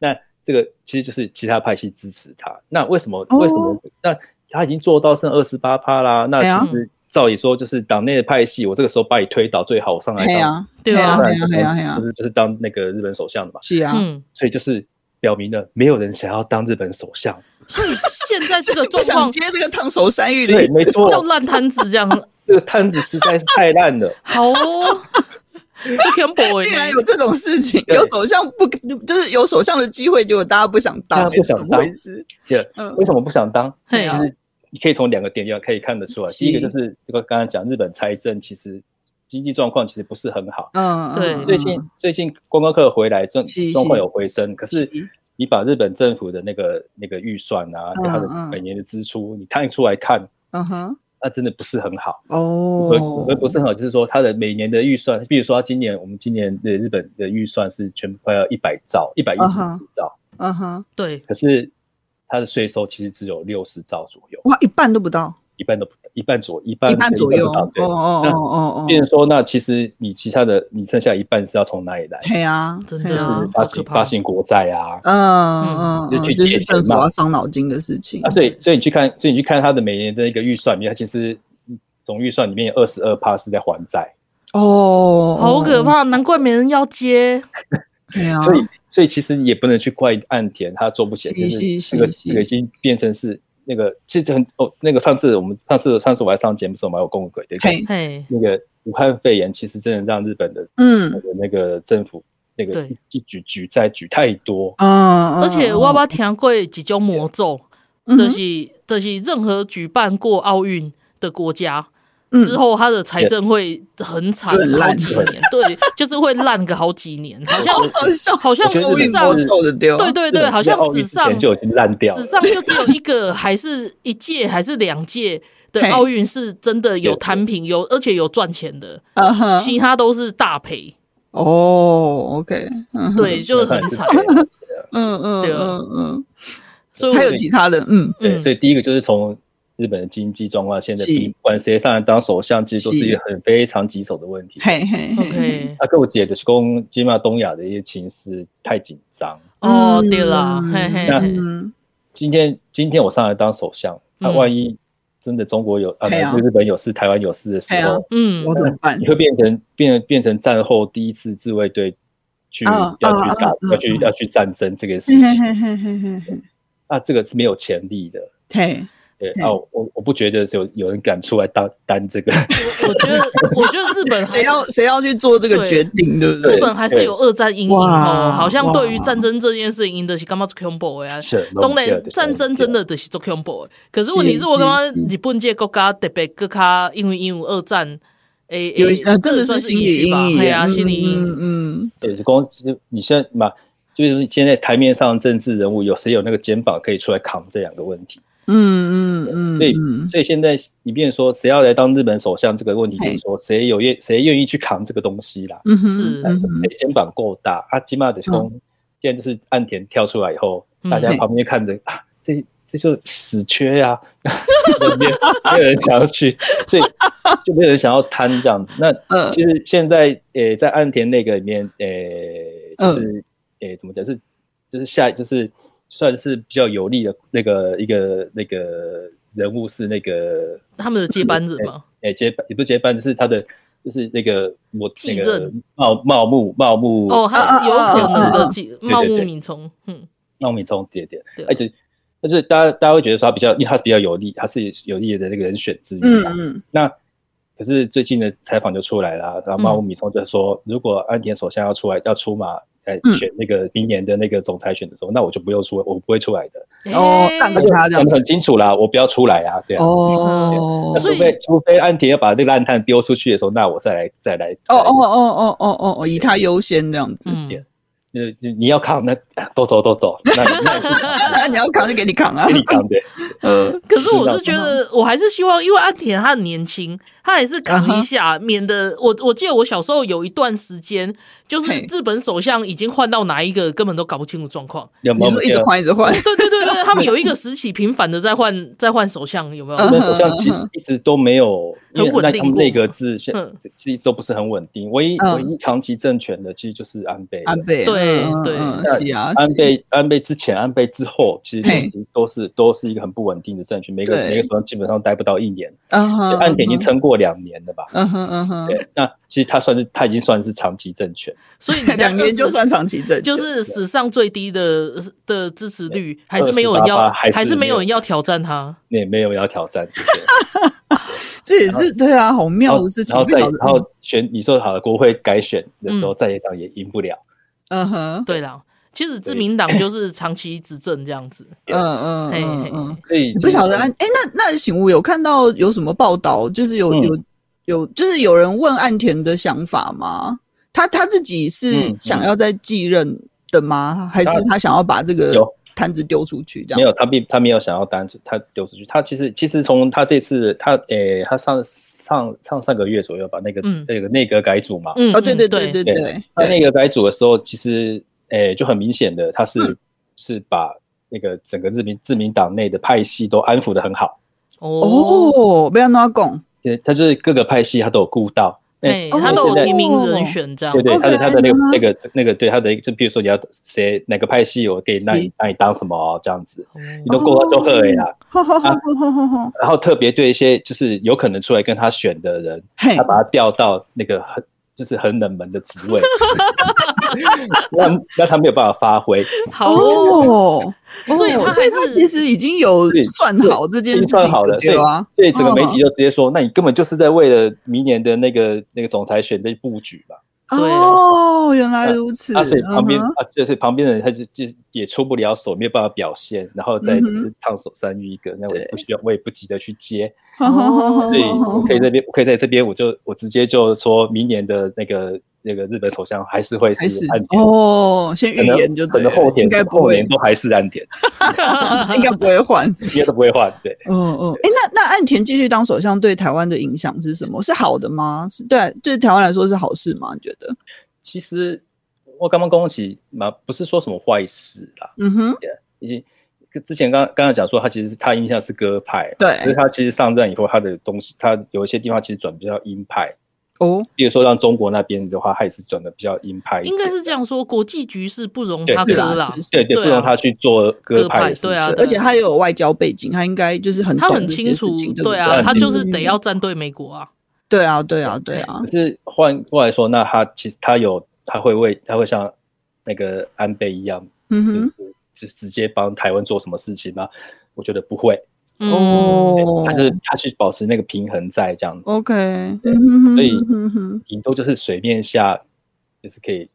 S3: 那这个其实就是其他派系支持他。那为什么？
S2: 哦
S3: 为什么？那他已经做到剩二十八趴啦。那
S2: 哎呀
S3: 其实照理说，就是党内的派系，我这个时候把你推倒最好，我上来
S2: 嘿
S3: 当，
S2: 呀，
S1: 对啊
S3: 不
S2: 嘿
S3: 然
S2: 呀，嘿呀，嘿呀
S3: 就，是就是当那个日本首相的嘛。
S2: 是啊，
S1: 嗯，
S3: 所以就是表明了，没有人想要当日本首相。
S1: 所以现在这个
S2: 不
S1: 状
S2: 想
S1: 况
S2: 接这个烫手山芋的意
S3: 对，
S2: 思，
S3: 没错，
S1: 就烂摊子这样，
S3: 这个摊子实在是太烂了。
S1: 好哦，就恐怖
S2: 竟然
S1: 诶，
S2: 有这种事情，
S3: 对
S2: 有首相不就是有首相的机会，结果大家不想当，
S3: 大家不想
S2: 怎么回事？
S3: 对，
S2: 嗯
S3: 为什么不想当？
S1: 嘿
S3: 其实你可以从两个点要可以看得出来，
S2: 是
S3: 第一个就是这个刚才讲日本财政其实经济状况其实不是很好，
S2: 嗯，
S1: 对
S2: 嗯
S3: 最近最近观光客回来状
S2: 是是
S3: 状况有回升，可是
S2: 是
S3: 你把日本政府的那个那个预算啊，
S2: 嗯
S3: 给他的
S2: 嗯
S3: 每年的支出，你看出来看，
S2: 嗯哼，
S3: 那真的不是很好。不
S2: 哦
S3: 不，不是很好，就是说它的每年的预算，比如说它今年我们今年的日本的预算是全部快要一百兆，一百一
S2: 嗯
S3: 十
S2: 哼
S3: 兆，
S2: 嗯哼，
S1: 对，
S3: 可是它的税收其实只有六十兆左右。
S2: 哇，一半都不到，
S3: 一半都不一半左一半
S2: 一半左右，
S3: 不到
S2: 哦
S3: 对。
S2: 哦哦哦哦，
S3: 变成说，那其实你其他的，你剩下一半是要从哪里来？
S2: 对啊，
S1: 真
S2: 嘿
S1: 的
S2: 啊
S1: 啊
S3: 就
S1: 好
S3: 是发
S1: 可
S3: 行
S1: 怕
S3: 发行国债啊。
S2: 嗯嗯，
S3: 就去
S2: 嗯
S3: 借
S2: 就是政府
S3: 钱嘛
S2: 要伤脑筋的事情
S3: 啊，。所以所以你去看，所以你去看它的每年的一个预算里面，它其实总预算里面有二十二趴是在还债，
S2: 哦，
S1: 好可怕，难怪没人要接，
S2: 对啊，
S1: 嗯
S3: 所以所以其实也不能去怪岸田他做不起来，
S2: 是
S3: 就是这个
S2: 是
S3: 这个已经变成是那个其实很哦，那个上次我们上次上次我还上节目的时候，我们还有共轨的
S2: 嘿，
S1: 嘿，
S3: 那个武汉肺炎，其实真的让日本的
S2: 嗯
S3: 那个那个政府那个
S1: 对
S3: 一一举举债举太多，
S2: 嗯，
S1: 而且我捌听过一种魔咒，
S2: 嗯哼
S1: 就是就是任何举办过奥运的国家，
S2: 嗯
S1: 之后他的财政会很惨，
S2: 就很烂
S1: 好几年，对，就是会烂个好几 年，好像
S2: 嗯
S1: 好
S2: 好像
S1: 像
S3: 我觉得
S1: 史
S3: 日
S1: 上
S3: 本
S2: 我走的哦丢，
S1: 对对
S3: 日
S1: 对，
S3: 本
S1: 好像
S3: 在奥运
S1: 史
S3: 之
S1: 上
S3: 前就已经烂掉了
S1: 史。上就只有一个，还是一届，还是两届的
S2: 嘿
S1: 奥运是真的有摊平，有而且有赚钱的，
S2: 啊哈，
S1: 其他都是大赔，
S2: 哦，OK，嗯
S1: 对，就很惨。
S2: 嗯嗯
S1: 对啊
S2: 嗯嗯
S1: 所以
S2: 嗯，还有
S1: 我
S2: 其他的，嗯，
S3: 对，
S1: 嗯
S3: 所以第一个就是从日本的经济状况，现在
S2: 是
S3: 不管谁上来当首相，其实都是一个很非常棘手的问题。
S2: 嘿嘿嘿
S1: OK
S3: 那跟我姐就是讲，今嘛东亚的一些情势太紧张。
S1: 哦，对啦，嘿嘿
S3: 那
S1: 嘿，
S2: 嗯，
S3: 今天今天我上来当首相，那、
S1: 嗯
S3: 万一真的中国有啊，
S2: 对啊
S3: 日本有事，台湾有事的时
S2: 对啊
S3: 候，
S1: 嗯
S2: 我怎么办
S3: 你？会变成变变成战后第一次自卫队去、
S2: 啊
S3: 要去
S2: 啊
S3: 打、
S2: 啊啊
S3: 要去、要去战争这个事
S2: 嘿
S3: 情，
S2: 嘿嘿嘿嘿嘿
S3: 那这个是没有潜力的。
S2: 嘿，
S3: 对
S2: 对
S3: 啊，我我我不觉得有有人敢出来担担这个，
S1: 我觉得我觉得日本还
S2: 谁要谁要去做这个决定，对不
S1: 日
S2: 对？
S1: 本还是有二战阴影哦
S2: 哇，
S1: 好像对于
S2: 哇
S1: 战争这件事情，的是干嘛做 combo 呀？
S3: 是
S1: 当然，战争真的就是做 combo 的。可是问题是我感觉日本这个国家特别更加，因为因为二战，诶，
S2: 有
S1: 诶
S2: 一呃，真的
S1: 这算
S2: 是心理
S1: 虚吧
S2: 阴影，
S1: 对啊，心理阴
S2: 嗯
S1: 影。
S2: 嗯，
S3: 对，是光你现在嘛，就是现在台面上政治人物有谁有那个肩膀可以出来扛这两个问题？
S2: 嗯嗯嗯，
S3: 所以
S2: 嗯
S3: 所以现在一变说谁要来当日本首相这个问题，就
S2: 嘿
S3: 是说谁有愿谁愿意去扛这个东西啦，
S2: 嗯哼嗯
S1: 是
S3: 但是谁肩膀够大，啊阿基玛的公现在就是岸田跳出来以后，
S1: 嗯
S3: 大家旁边看着啊，这这就是死缺呀、啊，没有没有人想要去，所以就没有人想要贪这样子。那
S2: 嗯
S3: 其实现在呃，在岸田那个里面，
S2: 嗯
S3: 呃，就是呃，怎么讲是就是下就是算是比较有利的那个一个那个人物是那个
S1: 他们的接班人嘛，
S3: 诶、哎接班也不是接班，就是他的就是那个我
S1: 继
S3: 那个
S1: 任
S3: 茂茂木茂木
S1: 哦，他有可能
S2: 啊啊啊
S1: 的
S2: 啊
S1: 继
S3: 对
S1: 茂木敏充，嗯，
S3: 茂木中点点
S1: 对，
S3: 而且但哎是大家大家会觉得说他比较，因为他是比较有利，他是有利的那个人选之一
S2: 嗯
S3: 嘛。
S2: 嗯
S3: 那可是最近的采访就出来啦，然后
S1: 嗯
S3: 茂木敏充就说，如果安田首相要出来要出马来
S2: 嗯
S3: 选那个明年的那个总裁选的时候，那我就不用出，我不会出来的。
S2: 哦
S1: 诶
S2: 让给他这样
S3: 讲得很清楚啦，我不要出来啊，对啊。
S2: 哦
S3: 那。除
S1: 所以
S3: 非除非安田要把那个烂炭丢出去的时候，那我再来再来。
S2: 哦哦哦哦哦哦，以他优先这样子。
S1: 嗯，
S3: 呃，就你要扛，那 都走都走，那你那你自己 扛
S2: 那你要扛就给你扛啊
S3: 给。你扛对。
S2: 呃，
S1: 可是我是觉得，我还是希望，因为安田他很年轻，他还是扛一下，免得我我记得我小时候有一段时间，就是
S2: 嘿
S1: 日本首相已经换到哪一个，根本都搞不清楚状况。
S3: 有没
S2: 你说
S3: 有
S2: 一直换一直换，
S1: 对对对对，他们有一个时期频繁的在换在换首相，有没有？
S2: 嗯
S3: 日本首相其实一直都没有，
S1: 嗯
S3: 因为
S1: 很稳
S3: 在
S1: 定
S3: 他们
S1: 过
S3: 内阁制现
S1: 嗯
S3: 其实都不是很稳定。唯一
S2: 嗯
S3: 唯一长期政权的，其实就是安倍。
S2: 安倍。
S1: 对
S2: 嗯
S1: 对
S2: 嗯
S3: 那
S2: 嗯是啊，
S3: 安
S2: 是
S3: 倍安倍之前、安倍之后，其实
S2: 嘿
S3: 都是都是一个很不稳定的政权，每个
S2: 对
S3: 每个首相基本上待不到一年，
S2: 嗯哼，
S3: 就岸田已经撑过两年了吧？
S2: 嗯哼嗯哼，
S3: 对，那其实他算是他已经算是长期政权，
S1: 所以你看
S2: 两年就
S1: 20
S2: 算长期政，
S1: 就是史上最低的的支持率，还是没有人要，
S3: 28还是
S1: 还是没有人
S3: 没有
S1: 要挑战他。
S3: 也没有要挑 战。对
S2: 这也是对啊，好
S3: 然
S2: 妙
S3: 后
S2: 的事情
S3: 然后。
S2: 不
S3: 再
S2: 晓得
S3: 然后选你说好了，国会改选的时候，在野党也赢不了。
S2: 嗯哼，
S1: 对啦，其实自民党就是长期执政这样子。
S2: 嗯嗯
S1: 嘿嘿
S2: 嗯
S1: 嘿
S2: 嗯，
S3: 所以
S2: 你不晓得安哎，那那醒悟有看到有什么报道，就是有
S3: 嗯
S2: 有有，就是有人问岸田的想法吗？他他自己是
S3: 嗯嗯
S2: 想要再继任的吗？还是他想要把这个
S3: 有
S2: 摊子丢出去这
S3: 没
S2: 样？
S3: 有，他并他没有想要单出，他丢出去。他其实其实从他这次他诶、他上上上上个月左右把那个、
S1: 嗯
S3: 那个内阁改组嘛，
S1: 嗯，
S2: 哦，对
S1: 嗯
S2: 对
S1: 对
S2: 对
S3: 对
S2: 对
S3: 他
S2: 对，
S3: 内阁改组的时候，其实诶、就很明显的他
S2: 嗯
S3: 是、是把那个整个自民自民党内的派系都安抚的很好，
S1: 哦，
S2: 哦，不要乱讲，
S3: 呃他就是各个派系他都有顾到。
S1: 哎，
S2: 哦
S1: 他都有
S3: 现在
S1: 提名人选这样
S3: 对。对，
S2: 哦
S3: 他的他的那个
S2: 原来啊
S3: 那个那个对他的，就比如说你要谁哪个派系，我可以让你
S2: 是
S3: 让你当什么这样子，你
S1: 哦
S3: 都过都啊喝呀。
S2: 吼吼吼吼吼吼吼，
S3: 然后特别对一些就是有可能出来跟他选的人，
S2: 嘿
S3: 他，把他调到那个很就是很冷门的职 位，那那他没有办法发挥，
S1: 好哦，所以他
S2: 哦
S1: 还
S2: 所以
S1: 是
S2: 其实已经有
S3: 对
S2: 算好这件
S3: 已
S2: 事
S3: 经
S2: 情
S3: 算好了，所以
S2: 对啊，
S3: 所以整个媒体就直接说，那你根本就是在为了明年的那个那个总裁选的布局嘛。
S1: 对
S2: 哦，原来如此。
S3: 啊，所以旁边、
S2: 嗯哼
S3: 啊，就是旁边的人，他就就也出不了手，没有办法表现，然后再就
S2: 嗯
S3: 是烫手山芋一个，那我也不需要，我也不急着去接，
S2: إيه. 嗯
S1: 哦
S3: 所以我可以这边，我可以在这边，我就我直接就说明年的那个那个日本首相还是会
S2: 开始
S3: 是岸田，
S2: 哦，先预
S3: 可能
S2: 言就
S3: 可
S2: 对了，
S3: 能后年
S2: 应该不
S3: 后
S2: 会
S3: 年，都还是岸田，
S2: 应该不会换。
S3: 应该都不会换，对。
S2: 嗯嗯，哎，那那岸田继续当首相对台湾的影响是什么？是好的吗？是对，啊对台湾来说是好事吗？你觉得？
S3: 其实我刚刚恭喜嘛，不是说什么坏事啦，
S2: 嗯哼，
S3: 已经之前刚刚才讲说，他其实他印象是鸽派，
S2: 对
S3: 所以他其实上任以后，他的东西，他有一些地方其实转比较鹰派，
S2: 哦，
S3: 比如说让中国那边的话，他也是转的比较鹰派一点，
S1: 应该是这样说，国际局势不容
S3: 对
S1: 他
S2: 是
S1: 割啦
S2: 啦，是，是
S3: 对对，
S1: 对啊
S3: 不让他去做鸽派的事情
S1: 鸽派对啊对
S2: 而且他也有外交背景，他应该就是很
S1: 他
S2: 懂
S1: 很
S2: 这些
S1: 清楚
S2: 事情，对不
S1: 对啊，
S3: 很
S1: 他就是
S2: 嗯
S1: 得要站队美国啊，
S2: 对啊，对啊，对啊
S3: 可，是换过来说，那他其实他有他会为他会像那个安倍一样，
S2: 嗯
S3: 就
S2: 哼
S3: 是，就直接帮台湾做什么事情吗？我觉得不会，
S1: 嗯，
S2: 哦
S3: 他就是他去保持那个平衡在这样子。
S2: ，OK，嗯
S3: 对
S2: 哼哼
S3: 所以
S2: 哼哼哼
S3: 顶多就是水面下，就是可以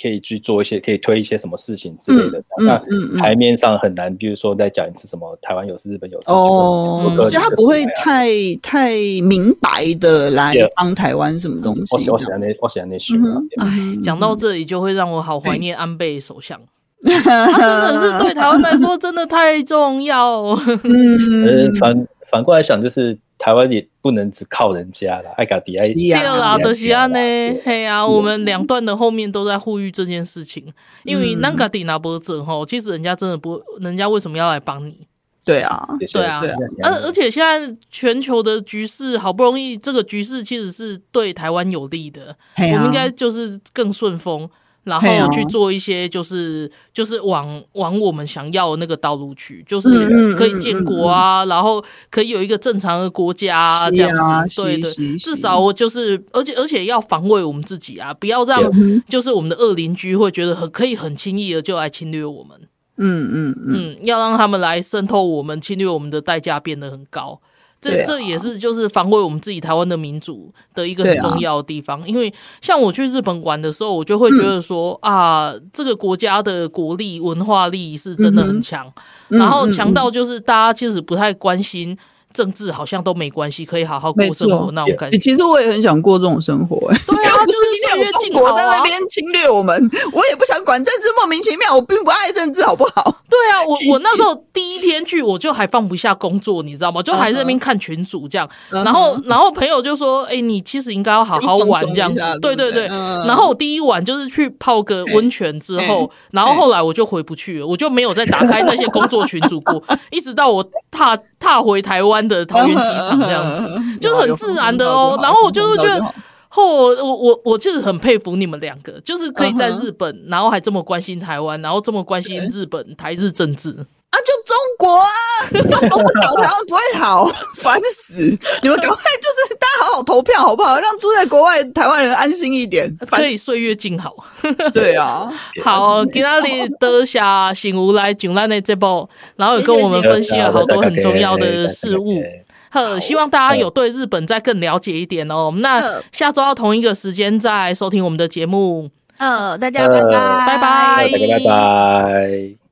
S3: 可以去做一些可以推一些什么事情之类的。
S2: 嗯
S3: 那
S2: 嗯嗯
S3: 台面上很难，比如说再讲一次什么台湾有事，日本有事，
S2: 哦
S3: 就，
S1: 嗯
S3: 是
S2: 所以他不会太太明白的来
S3: Yeah
S2: 帮台湾什么东西
S3: 啊我喜我喜
S2: 这
S3: 欢
S2: 样
S3: 那
S2: 子。
S3: 我喜欢那学
S2: 嗯
S3: 啊
S2: 哼，
S3: 对
S1: 哎，讲到这里就会让我好怀念安倍首相，他真的是对台湾来说真的太重要。
S3: 可是
S2: 嗯，
S3: 反反过来想，就是台湾也不能只靠人家了，爱搞底爱。
S2: 是
S1: 对啦，
S2: 啊，
S1: 德西安呢
S3: 对？
S1: 嘿啊，我们两段的后面都在呼吁这件事情，因为那个迪拿波症吼，其实人家真的不，人家为什么要来帮你？
S2: 对啊，
S3: 这些
S1: 对啊
S2: 对啊，
S1: 而而且现在全球的局势好不容易，这个局势其实是对台湾有利的，
S2: 嘿
S1: 我
S2: 啊
S1: 们应该就是更顺风，然后
S2: 嘿啊
S1: 去做一些就是就是往往我们想要的那个道路去，就
S2: 嗯
S1: 是
S2: 嗯
S1: 可以建国啊，然后可以有一个正常的国家啊，
S2: 是
S1: 这样
S2: 啊
S1: 子，对
S2: 是
S1: 对，
S2: 是
S1: 至
S2: 是
S1: 少我就是，而且而且要防卫我们自己啊，不要让就是我们的恶邻居会觉得很可以很轻易的就来侵略我们。
S2: 嗯嗯嗯，
S1: 嗯，要让他们来渗透我们、侵略我们的代价变得很高。这、
S2: 对啊
S1: 这也是就是防卫我们自己台湾的民主的一个很
S2: 对啊
S1: 重要的地方，因为像我去日本玩的时候，我就会觉得说、啊，这个国家的国力、文化力是真的很强，
S2: 嗯
S1: 然后强到就是大家其实不太关心政治，好像都没关系，可以好好过生
S2: 没
S1: 活
S2: 错
S1: 那种感
S2: 欸
S1: 觉。
S2: 其实我也很想过这种生活、欸，
S1: 对啊，
S2: 不
S1: 就是
S2: 今
S1: 是
S2: 天
S1: 岁月
S2: 有中
S1: 静好
S2: 国在那
S1: 啊。
S2: 边侵略我们，我也不想管政治，莫名其妙，我并不爱政治，好不 好？
S1: 对啊，我我那时候第一天去，我就还放不下工作，你知道吗？就还在那边看群主这样。
S2: 嗯哼
S1: 然后，然后朋友就说：“哎、你其实应该要好好玩
S2: 要放松一
S1: 这样子
S2: 下。”
S1: 对对
S2: 对不
S1: 对。
S2: 对嗯
S1: 然后我第一晚就是去泡个温泉之后，然后后来我就回不去了，我就没有再打开那些工作群组过， 一直到我踏踏回台湾的桃园机场这样子。
S2: 子
S1: 就很自然的哦然后我就是觉得后我我我其实很佩服你们两个，就是可以在
S2: 嗯哼
S1: 日本然后还这么关心台湾，然后这么关心日本台日政治。
S2: 啊，就中国啊， 中国不倒台湾不会好，烦死！你们赶快就是大家好好投票好不好？让住在国外的台湾人安心一点。
S1: 可以岁月静好。
S2: 对啊，
S1: 好，今天里多谢醒吾来上咱的这部，然后也跟我们分析了好多很重要的事物。呵，希望大家有对日本再更了解一点哦。那
S4: 嗯
S1: 下周要同一个时间再收听我们的节目，
S4: 呃，大家拜拜，
S1: 拜拜，
S3: 大家拜拜。